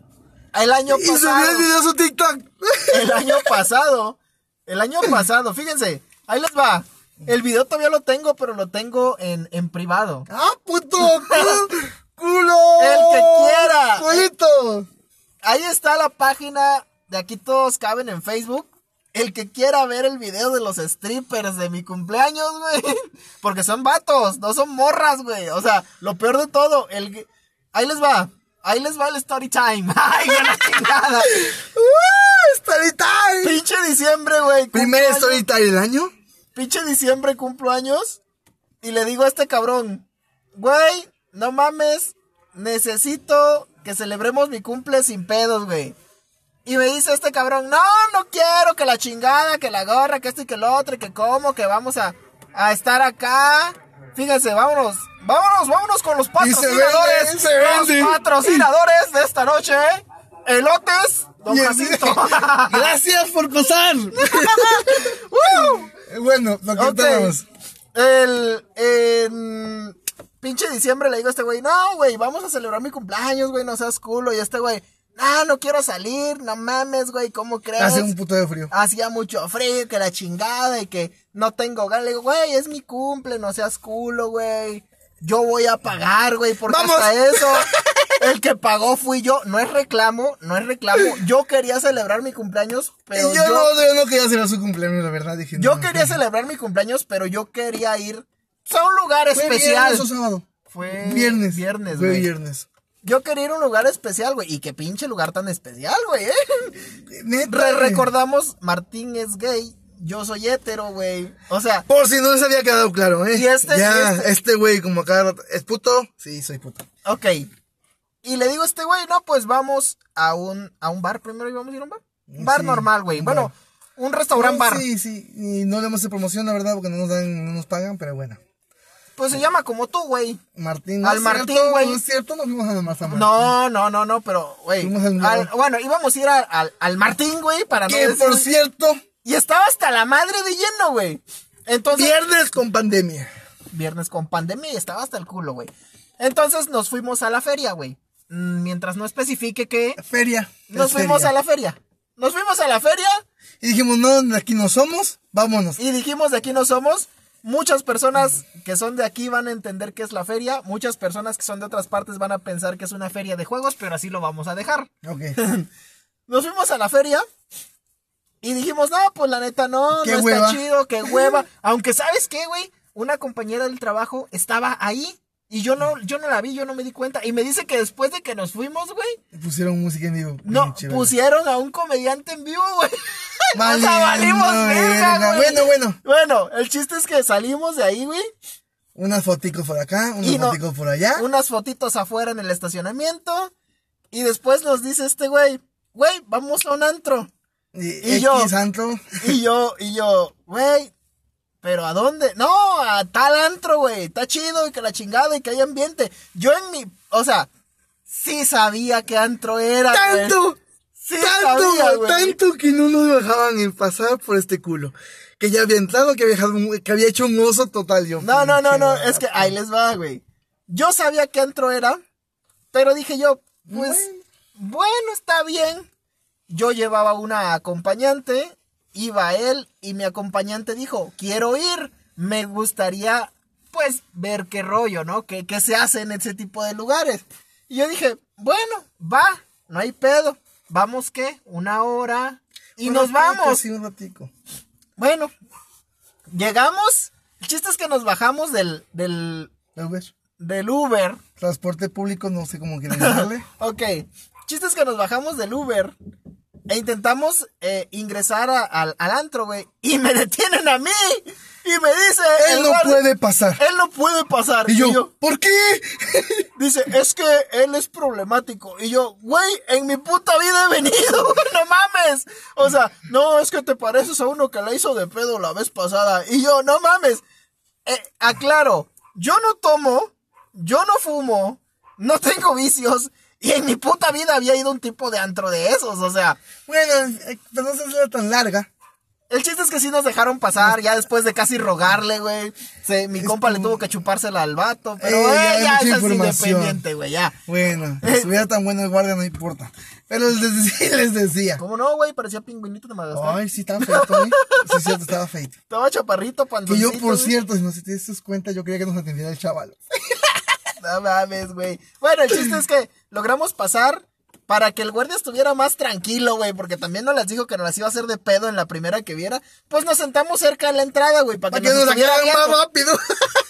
El año <laughs> y subió el pasado. video a su TikTok. <laughs> El año pasado. El año pasado, fíjense. Ahí les va. El video todavía lo tengo, pero lo tengo en, en privado. ¡Ah, puto! <laughs> cu- ¡Culo! El que quiera. ¡Culito! Ahí está la página de aquí todos caben en Facebook. El que quiera ver el video de los strippers de mi cumpleaños, güey. <laughs> Porque son vatos, no son morras, güey. O sea, lo peor de todo, el que- ahí les va. Ahí les va el story time. <laughs> Ay, qué <laughs> la chingada. ¡Uh! ¡Story time! Pinche diciembre, güey. cumplo Primer años- story time del año. Pinche diciembre cumplo años. Y le digo a este cabrón, güey, no mames, necesito que celebremos mi cumple sin pedos, güey. Y me dice este cabrón, no, no quiero que la chingada, que la gorra, que esto y que lo otro, y que cómo, que vamos a, a estar acá. Fíjense, vámonos, vámonos, vámonos con los Y se patrocinadores. venden, se venden. Los patrocinadores de esta noche, Elotes, Don Y el- Jacinto. <laughs> <laughs> Gracias por pasar. ¡Woo! bueno, lo que Ok. estábamos. El. En. Pinche diciembre le digo a este güey, no, güey, vamos a celebrar mi cumpleaños, güey, no seas culo. Y este güey, no, no quiero salir, no mames, güey, ¿cómo crees? Hace un puto de frío. Hacía mucho frío, que la chingada y que no tengo ganas. Le digo, güey, es mi cumple, no seas culo, güey. Yo voy a pagar, güey, porque ¡Vamos! <laughs> hasta eso. El que pagó fui yo. No es reclamo, no es reclamo. Yo quería celebrar mi cumpleaños, pero y yo, no, yo no quería celebrar su cumpleaños, la verdad. Dije, yo no, quería celebrar mi cumpleaños, pero yo quería ir a un lugar Fue especial. viernes o sábado. Fue Viernes. Viernes, Fue güey. viernes. Yo quería ir a un lugar especial, güey. Y qué pinche lugar tan especial, güey. ¿eh? <laughs> Neta, Re- güey. recordamos, Martín es gay, yo soy hétero, güey. O sea, Por si no les había quedado claro, ¿eh? Y este- ya, y este- este güey, como cada rato, ¿Es puto? Sí, soy puto. ok. Y le digo a este güey, no, pues vamos a un, a un bar. Primero íbamos a ir a un bar. Un bar Sí, normal, güey. un Bueno, bar. un restaurante bar. Sí, sí. Y no le hemos hecho promoción, la verdad, porque no nos dan, no nos pagan, pero bueno. Pues se llama como tú, güey. Martín. no Al es Martín, cierto, güey. No es cierto, nos fuimos a la Marta Martín. No, no, no, no, pero, güey. Fuimos al- al- Bueno, íbamos a ir al- al, al Martín, güey, para no Que decir- por cierto, Y estaba hasta la madre de lleno, güey. Entonces, viernes con pandemia. viernes con pandemia y estaba hasta el culo, güey. Entonces nos fuimos a la feria, güey. Mm, Mientras no especifique que Feria. nos Es fuimos feria. a la feria. Nos fuimos a la feria Y dijimos, no, de aquí no somos, vámonos. y dijimos de aquí no somos. Muchas personas que son de aquí van a entender que es la feria. Muchas personas que son de otras partes van a pensar que es una feria de juegos, pero así lo vamos a dejar. Ok. <laughs> Nos fuimos a la feria y dijimos, no, pues la neta no, Qué no hueva". está chido, <laughs> qué hueva. Aunque, ¿sabes qué, güey? Una compañera del trabajo estaba ahí y yo no, yo no la vi, yo no me di cuenta. Y me dice que después de que nos fuimos, güey, Pusieron música en vivo. no, Bien chévere. pusieron a un comediante en vivo, güey. <laughs> Vale, o sea, valimos no, verga, verga. güey. Bueno, bueno. Bueno, el chiste es que salimos de ahí, güey. Unas foticos por acá, unas Y no- foticos por allá. Unas fotitos afuera en el estacionamiento. Y después nos dice este güey, güey, vamos a un antro. Y, y yo. X antro. Y yo, y yo, güey, ¿pero a dónde? No, a tal antro, güey, está chido y que la chingada y que hay ambiente. Yo en mi, o sea, sí sabía qué antro era. güey. Tanto, Sí tanto, sabía, güey. tanto que no nos dejaban ni pasar por este culo. Que ya había entrado, que había, dejado un- que había hecho un oso total. Yo, No, no, no, no, pinche es que vato. ahí les va, güey. Yo sabía qué antro era, pero dije yo, pues, Bueno. bueno, está bien. Yo llevaba una acompañante, iba él y mi acompañante dijo, quiero ir, me gustaría, pues, ver qué rollo, ¿no? ¿Qué, qué se hace en ese tipo de lugares? Y yo dije, bueno, va, no hay pedo. ¿Vamos qué? Una hora y Un nos ratico, vamos. Sí, un ratico. Bueno, llegamos. El chiste es que nos bajamos del, del, A ver, del Uber. Transporte público, no sé cómo quieren llamarle. Ok, chiste es que nos bajamos del Uber e intentamos eh, ingresar a- al, al antro, güey. Y me <laughs> detienen a mí. Y me dice... Él <laughs> el no guardia, puede pasar. Él no puede pasar. Y yo, ¿por qué? Dice, es que él es problemático. Y yo, güey, en mi puta vida he venido, <laughs> güey, no mames. O sea, no, es que te pareces a uno que la hizo de pedo la vez pasada. Y yo, no mames. Eh, aclaro, yo no tomo, yo no fumo, no tengo vicios. Y en mi puta vida había ido a un tipo de antro de esos. O sea, Bueno, eh, pero no se hace tan larga. el chiste es que sí nos dejaron pasar, ya después de casi rogarle, güey. Se- Mi compa le tuvo que chupársela al vato, pero Eh, eh, ya hay mucha ya, es así información. independiente, güey, ya. Bueno, si estuviera tan bueno el guardia, no importa. Pero les, sí les decía. <laughs> ¿Cómo no, güey? Parecía pingüinito de Madagascar. Ay, sí, estaba feito, ¿eh? Sí, es cierto, estaba feito. Estaba chaparrito, Oh. Que panzoncito. yo, por güey. cierto, si no se te das cuenta, yo creía que nos atendiera el chaval. No mames, güey. Bueno, el chiste es que logramos pasar para que el guardia estuviera más tranquilo, güey. Porque también no les dijo que nos las iba a hacer de pedo en la primera que viera. Pues nos sentamos cerca de la entrada, güey. Para Para que, que nos estuviera sacaran viendo. más rápido. <laughs>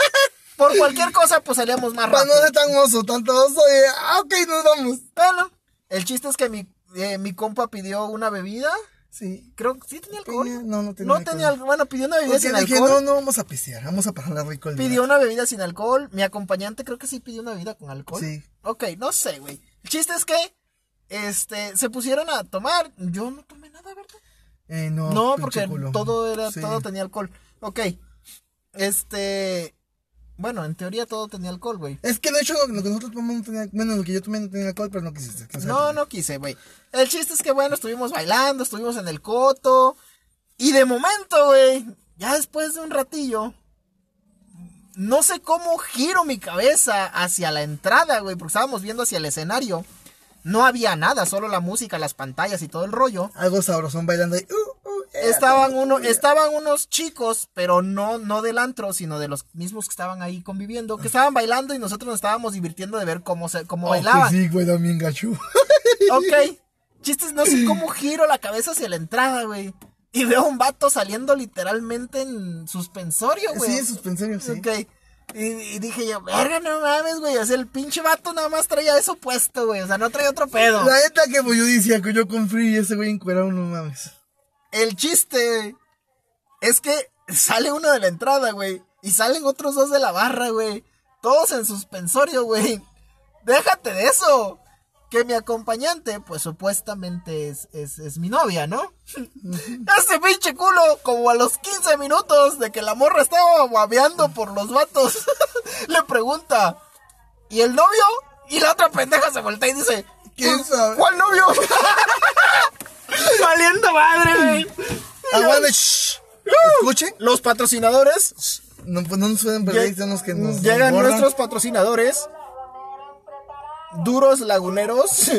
Por cualquier cosa, pues salíamos más Para no rápido. ser tan oso, tanto oso. Y, ah, ok, nos vamos. Bueno, el chiste es que mi, eh, mi compa pidió una bebida. Sí. Creo que sí tenía alcohol. Tenía- no, no tenía No alcohol. tenía alcohol. Bueno, pidió una bebida Porque sin dije, alcohol. no, no vamos a pisear, vamos a pasar rico el día. Pidió una bebida sin alcohol. Mi acompañante creo que sí pidió una bebida con alcohol. Sí. Ok, no sé, güey. El chiste es que este, se pusieron a tomar. Yo no tomé nada, ¿verdad? Eh, no, no, pinche porque culo. todo era, Sí. todo tenía alcohol. Ok. Este. Bueno, en teoría todo tenía alcohol, güey. Es que de hecho lo que nosotros tomamos no tenía, bueno, lo que yo tomé no tenía alcohol, pero no quisiste. quién sabe. No, no quise, güey. El chiste es que, bueno, estuvimos bailando, estuvimos en el coto. Y de momento, güey, ya después de un ratillo, no sé cómo giro mi cabeza hacia la entrada, güey, porque estábamos viendo hacia el escenario. No había nada, solo la música, las pantallas y todo el rollo. Algo sabrosón bailando ahí. Uh, uh, eh, Estaban, uno, estaban unos chicos, pero no, no del antro, sino de los mismos que estaban ahí conviviendo, que estaban bailando y nosotros nos estábamos divirtiendo de ver cómo, se, cómo oh, bailaban. que Sí, güey, también gachú. Ok. Chistes, no sé cómo giro la cabeza hacia la entrada, güey. Y veo a un vato saliendo literalmente en suspensorio, <laughs> güey. Sí, en suspensorio, sí. Ok. Y, y dije yo, verga, no mames, güey. O sea, el pinche vato nada más traía eso puesto, güey. O sea, no traía otro pedo. La neta que pues, yo decía que yo con Free y ese güey encuerado, no mames. El chiste es que sale uno de la entrada, güey. Y salen otros dos de la barra, güey. Todos en suspensorio, güey. Déjate de eso. Que mi acompañante, pues supuestamente es, es, es mi <laughs> novia, ¿no? Ese pinche culo, como a los 15 minutos de que la morra estaba guabeando por los vatos, <laughs> le pregunta, ¿y el novio? Y la otra pendeja se voltea y dice, ¿Quién sabe? ¿Cuál novio? <laughs> Valiendo madre, <laughs> güey. Aguanta, shh. Escuchen. Los patrocinadores. No, pues no nos pueden perder, lleg- son los que nos. llegan engordan. <laughs> nuestros patrocinadores. Duros laguneros.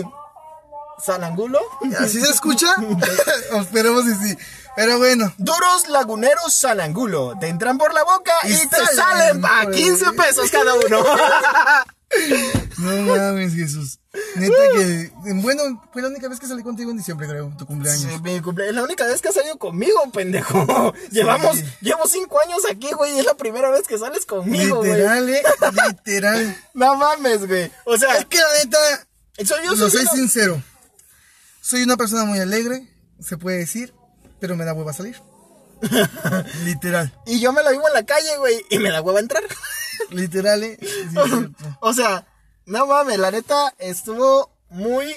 Salangulo. ¿Así se <laughs> escucha? <laughs> Esperemos y sí. Pero bueno. Duros laguneros Salangulo. Te entran por la boca y, Y te salen, salen a güey. 15 pesos <laughs> cada uno. No mames, Jesús. Neta que. Bueno, fue la única vez que salí contigo en diciembre, creo, tu cumpleaños. Sí, mi cumple- Es la única vez que has salido conmigo, pendejo. Llevamos, llevo cinco años aquí, güey, y es la primera vez que sales conmigo, güey. literal, eh. Literal. No mames, güey. <laughs> O sea, Es que la neta, soy yo lo soy soy una- sincero. Soy una persona muy alegre, se puede decir, pero me da hueva <laughs> salir. literal. Y yo me la vivo en la calle, güey, y me la hueva entrar. Literal, eh. Sí, <laughs> es cierto. o sea, no mames, la neta estuvo muy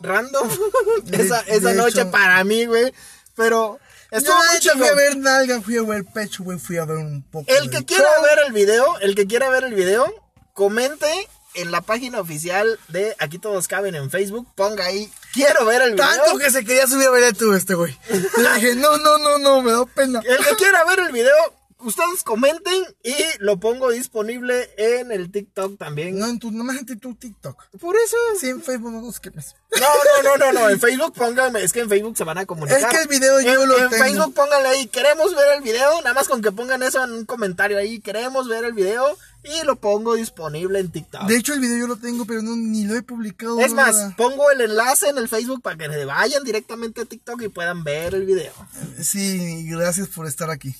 random <laughs> De- esa, esa de noche hecho- para mí, güey. Pero estuvo Yo, la neta, muy fui a chingón. ver nalga, fui a ver pecho, güey, fui a ver un poco. El de que show. quiera ver el video, el que quiera ver el video, comente en la página oficial de Aquí Todos Caben en Facebook. Ponga ahí, quiero ver el video. Tanto que se quería subir a ver el tubo este güey. Le dije, no, no, no, no, me da pena. El que quiera ver el video, ustedes comenten y lo pongo disponible en el TikTok también. No, en tu, nomás en tu TikTok. Por eso. Sí, en Facebook no nos quemes. No, no, no, no, no. En Facebook pónganme, es que en Facebook se van a comunicar. Es que el video yo en, lo en tengo. Facebook pónganle ahí, queremos ver el video, nada más con que pongan eso en un comentario ahí, queremos ver el video y lo pongo disponible en TikTok. De hecho, el video yo lo tengo, pero no, ni lo he publicado. Ah. Es más, nada. pongo el enlace en el Facebook para que se vayan directamente a TikTok y puedan ver el video. Sí, gracias por estar aquí.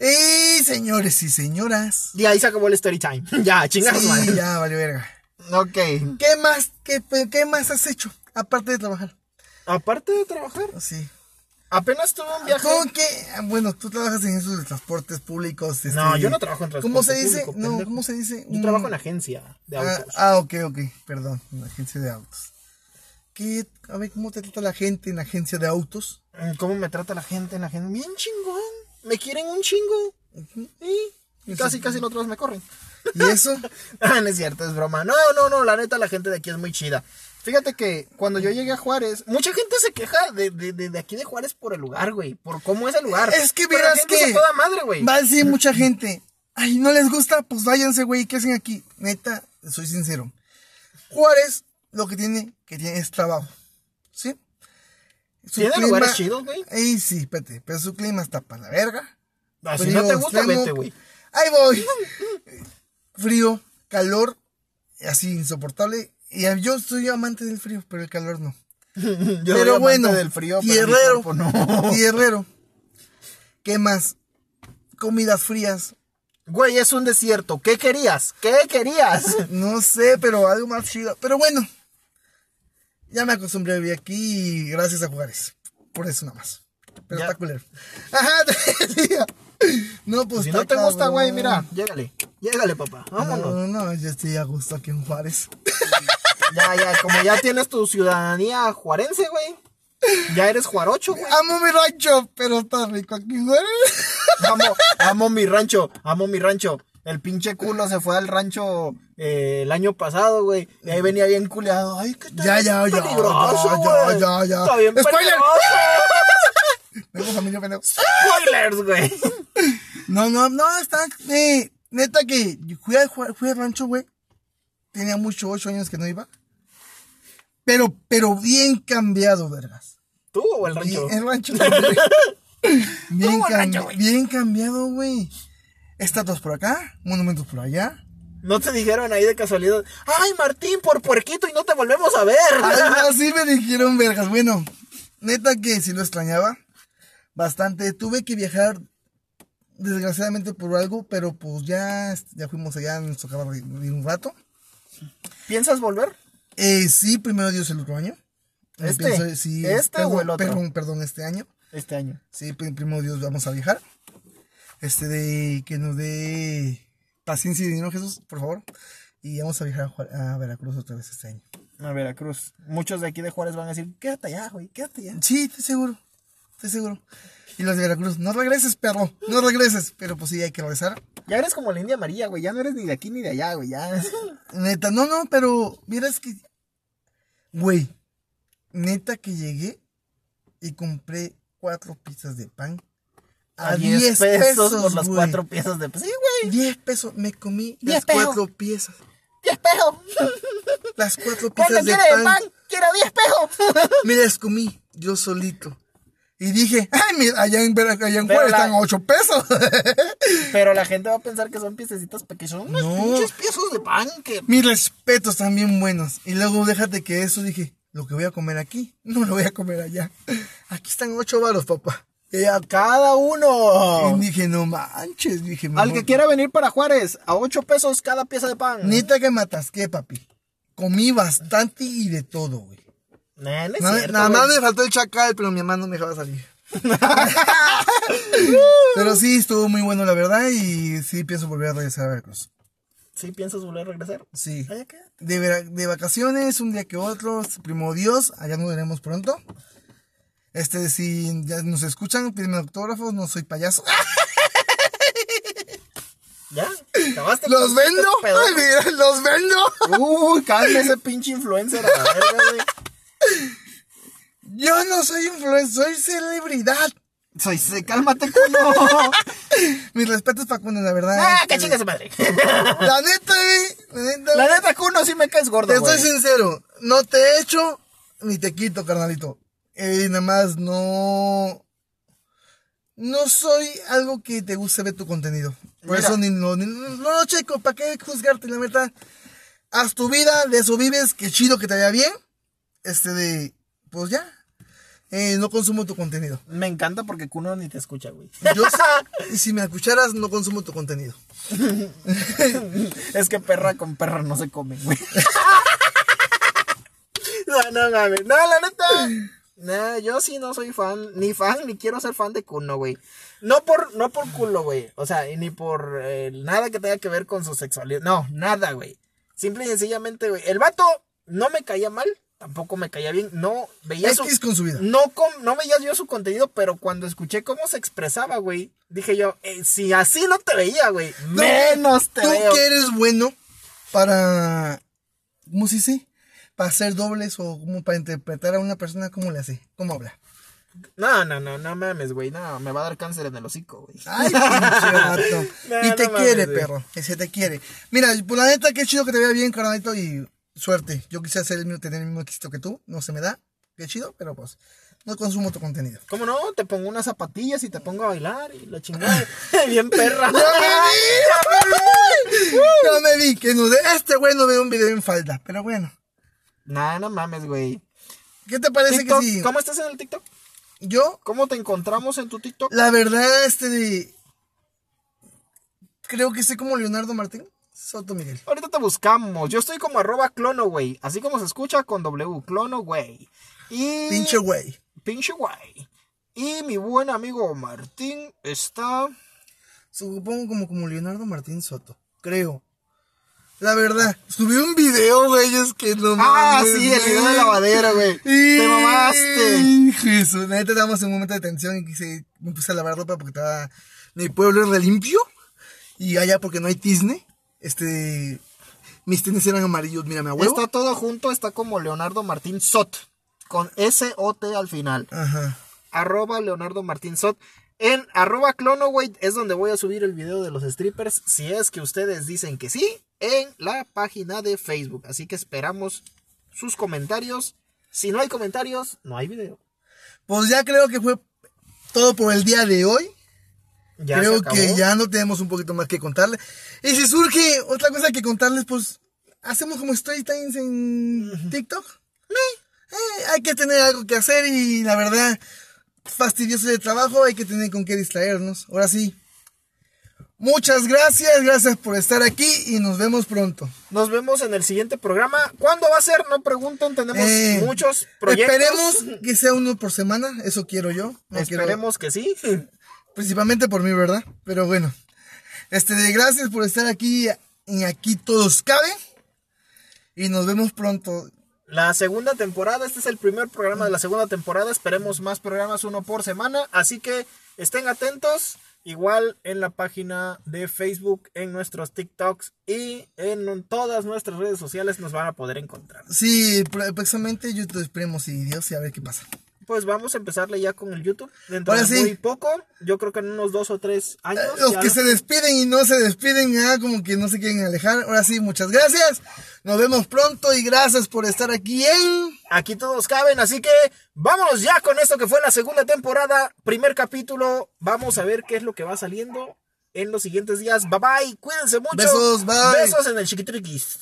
Y señores y señoras. Y ahí se acabó el story time. <laughs> ya, chingas, Sí, madre. ya, vale, verga. Ok. ¿Qué más, qué, qué más has hecho? Aparte de trabajar. Oh, Aparte de trabajar, Sí. apenas tuve un viaje. ¿Cómo que? Ah, Bueno, tú trabajas en esos de transportes públicos. este, No, yo no trabajo en transporte ¿Cómo se dice? público, no, pendejo. ¿cómo se dice? Yo Un- trabajo en agencia de Ah, autos. Ah, ok, ok, perdón, en la agencia de autos. ¿Qué? A ver, ¿cómo te trata la gente en la agencia de autos? Mm, ¿Cómo me trata la gente en la gente? Bien chingón. Me quieren un chingo. Y casi, casi los otros me corren. <laughs> ¿Y eso? Ah, no es cierto, es broma. No, no, no, la neta, la gente de aquí es muy chida. Fíjate que cuando yo llegué a Juárez, mucha gente se queja de, de, de- de aquí de Juárez por el lugar, güey. Por cómo es el lugar. Es que Pero verás la gente que es a toda madre, güey. va a decir mucha gente, ay, no les gusta, pues váyanse, güey, ¿qué hacen aquí? Neta, soy sincero. Juárez lo que tiene, que tiene es trabajo, ¿sí? Su Tiene clima- lugares chidos, güey. Ey, sí, espérate, pero su clima está para la verga. Ah, si no te Frío, gusta, extremo. vete, güey. Ahí voy. Frío, calor, así insoportable. Y a- yo soy amante del frío, pero el calor <laughs> no. Yo soy pero amante bueno, del frío, pero mi tierrero, cuerpo no. tierrero. ¿Qué más? Comidas frías. <laughs> Güey, es un desierto. ¿Qué querías? ¿Qué <laughs> querías? No sé, pero algo más chido. Pero bueno, ya me acostumbré a vivir aquí y gracias a Juárez. Por eso nada más. Pero Ya. está culero. Ajá, <laughs> te decía. No, pues Si no está te gusta, güey, cabrón. mira, llégale. Llégale, papá. Vámonos. No, no, yo estoy a gusto aquí en Juárez. Ya, ya, como ya tienes tu ciudadanía juarense, güey. Ya eres juarocho, güey. Amo mi rancho, pero está rico aquí, güey. Amo, amo mi rancho, amo mi rancho. El pinche culo se fue al rancho eh, el año pasado, güey. Y ahí venía bien culeado. Ay, que está Ya, bien ya, ya, peligroso, ya, güey. ya, ya. Está bien Spoiler. peligroso. <laughs> Tengo familia, pero... Spoilers, güey. No, no, no, está... eh, neta que yo fui al jue- fui al rancho, güey. Tenía mucho, ocho años que no iba. Pero, pero bien cambiado, vergas. ¿Tú o el rancho? Bien, el rancho. <laughs> güey. bien, Estuvo el rancho, cambi- güey. bien cambiado, güey. Estatuas por acá, monumentos por <laughs> allá. No te dijeron ahí de casualidad. Ay, Martín, por puerquito y no te volvemos a ver. Algo así me dijeron, vergas. Bueno, neta que sí lo extrañaba bastante. Tuve que viajar, desgraciadamente, por algo, pero pues ya, ya fuimos allá, nos tocaba de un rato. ¿Piensas volver? Eh, sí, primero Dios el otro año. Eh, Este, sí, este perdón, o el otro. Perdón, perdón, este año. Este año. Sí, pri- primero Dios vamos a viajar. Este de que nos dé paciencia y dinero, Jesús, por favor. Y vamos a viajar a Juar- a Veracruz otra vez este año. A Veracruz. Muchos de aquí de Juárez van a decir, quédate allá, güey, quédate allá. Sí, estoy seguro. Estoy seguro. Y los de Veracruz, no regreses, perro. No regreses. Pero pues sí, hay que regresar. Ya eres como la India María, güey. Ya no eres ni de aquí ni de allá, güey. Ya. Neta, no, no, pero miras que. Güey, neta que llegué y compré cuatro pizzas de pan. A 10 pesos, por las güey. cuatro piezas de. pues Sí, güey. 10 pesos, me comí 10 las pesos. cuatro piezas. 10 pesos. <laughs> Las cuatro ¿Cuánto piezas de quieres de pan, pan? ¡Quiero 10 pesos! <laughs> Me las comí yo solito. Y dije, ay, mira, allá en, Vera- allá en Pero Juárez la- están a 8 pesos. <laughs> Pero la gente va a pensar que son piececitas pequeñas. Son unos No. pinches piezos de pan que. Mis respetos también buenos. Y luego déjate que eso dije, lo que voy a comer aquí, no lo voy a comer allá. <laughs> Aquí están 8 varos, papá. Y acá- Cada uno. y dije, no manches, dije, Oh. Al mejor- que quiera venir para Juárez, a 8 pesos cada pieza de pan. Neta que me atasqué, papi. Comí bastante y de todo, güey. Nah, no es Nada, cierto, nada güey. Uh. más me faltó el chacal, pero mi mamá no me dejaba <laughs> salir. pero sí, estuvo muy bueno, la verdad, y sí pienso volver a regresar a Veracruz. ¿Sí piensas volver a regresar? Sí. Ay, acá. De, vera- de vacaciones, un día que otro, primo Dios, allá nos veremos pronto. Este, si ya nos escuchan, pídenme autógrafos, no soy payaso. <laughs> ¡Ah! ¿Ya? <laughs> ¿Acabaste? ¡Los vendo! Este pedo. Ay, mira, ¡Los vendo! Uy, cálmese ese pinche influencer a la verga, güey. Yo no soy influencer, soy celebridad. Soy, se- cálmate, <laughs> culo. Mis respetos, Facundo, la verdad. ah, este, que chinga su madre. La neta, güey. La neta, La neta, Cuno, sí me caes gordo, Te güey. soy sincero, no te he hecho ni te quito, carnalito. Eh, nada más no. No soy algo que te guste ver tu contenido. Por Mira. eso ni lo, ni- no lo checo, ¿para qué juzgarte? La verdad, haz tu vida, de eso vives, qué chido que te vaya bien. Este de. Pues ya. Eh, no consumo tu contenido. Me encanta porque Cuno ni te escucha, güey. Yo <laughs> sé, y si me escucharas, no consumo tu contenido. Es que perra con perra no se come, güey. <laughs> No, no mames. No, la neta. No, yo sí no soy fan, ni fan, ni quiero ser fan de Kuno, güey. No por, no por culo, güey. O sea, y ni por eh, nada que tenga que ver con su sexualidad. No, nada, güey. Simple y sencillamente, güey. El vato no me caía mal, tampoco me caía bien. No veía su. X con su vida. No, com- no veía yo su contenido, pero cuando escuché cómo se expresaba, güey, dije yo, eh, si así no te veía, güey, No, menos te Tú veo. que eres bueno para. ¿Cómo se dice? Para hacer dobles o como para interpretar a una persona, ¿cómo le hace? ¿Cómo habla? No, no, no, no mames, güey, no, me va a dar cáncer en el hocico, güey. <laughs> Ay, pinche vato. No, y te no mames, quiere, güey. perro. Que se te quiere. Mira, por la neta, qué chido que te vea bien, carnalito, y suerte. Yo quise hacer el mismo, tener el mismo éxito que tú. No se me da. Qué chido, pero pues. No consumo tu contenido. ¿Cómo no? Te pongo unas zapatillas y te pongo a bailar y <laughs> la chingada. <laughs> Bien perra. No me vi que no. Este güey no ve un video en falda. Pero bueno. Nah, no mames, güey. ¿Qué te parece TikTok, que si ¿Cómo estás en el TikTok? yo ¿Cómo te encontramos en tu TikTok? La verdad, este de- Creo que soy como Leonardo Martín Soto Miguel. Ahorita te buscamos. Yo estoy como arroba clono, güey. Así como se escucha con W, clono, güey. Y... Pinche güey. Pinche guay. Y mi buen amigo Martín está. Supongo como, como Leonardo Martín Soto. Creo. La verdad, subí un video, güey, es que no Ah, mames, sí, el video de güey. lavadero, güey. Y- Te mamaste. Jesús, neta, estábamos en un momento de tensión y quise, me puse a lavar ropa porque estaba. Mi pueblo es relimpio. Y allá porque no hay tizne. Este. Mis tiznes eran amarillos, mira, mi abuelo. Está todo junto, está como Leonardo Martín Sot. Con S-O-T al final. Ajá. Arroba Leonardo Martín Sot. En arroba clonoway es donde voy a subir el video de los strippers. Si es que ustedes dicen que sí, en la página de Facebook. Así que esperamos sus comentarios. Si no hay comentarios, no hay video. Pues ya creo que fue todo por el día de hoy. Ya se creo acabó. que ya no tenemos un poquito más que contarles. Y si surge otra cosa que contarles, pues hacemos como story times en TikTok. Eh, hay que tener algo que hacer y la verdad, fastidioso de trabajo, hay que tener con qué distraernos. Ahora sí. Muchas gracias, gracias por estar aquí y nos vemos pronto. Nos vemos en el siguiente programa. ¿Cuándo va a ser? No pregunten, tenemos Eh, muchos proyectos. <laughs> Esperemos que sea uno por semana, eso quiero yo. No quiero- Esperemos que sí. <laughs> Principalmente por mí, ¿verdad? Pero bueno. Este, de gracias por estar aquí y aquí todos caben. Y nos vemos pronto. La segunda temporada, este es el primer programa de la segunda temporada. Esperemos más programas, uno por semana. Así que estén atentos. Igual en la página de Facebook, en nuestros TikToks y en todas nuestras redes sociales nos van a poder encontrar. Sí, pr- próximamente YouTube, esperemos y Dios y a ver qué pasa. Pues vamos a empezarle ya con el YouTube. Dentro Ahora de sí. Eh, muy poco, yo creo que en unos dos o tres años. Los ya que se despiden y no se despiden, ya como que no se quieren alejar. Ahora sí, muchas gracias. Nos vemos pronto y gracias por estar aquí en... Aquí todos caben, así que vámonos ya con esto que fue la segunda temporada, primer capítulo. Vamos a ver qué es lo que va saliendo en los siguientes días. Bye bye, cuídense mucho. Besos, bye. Besos en el chiquitriquis.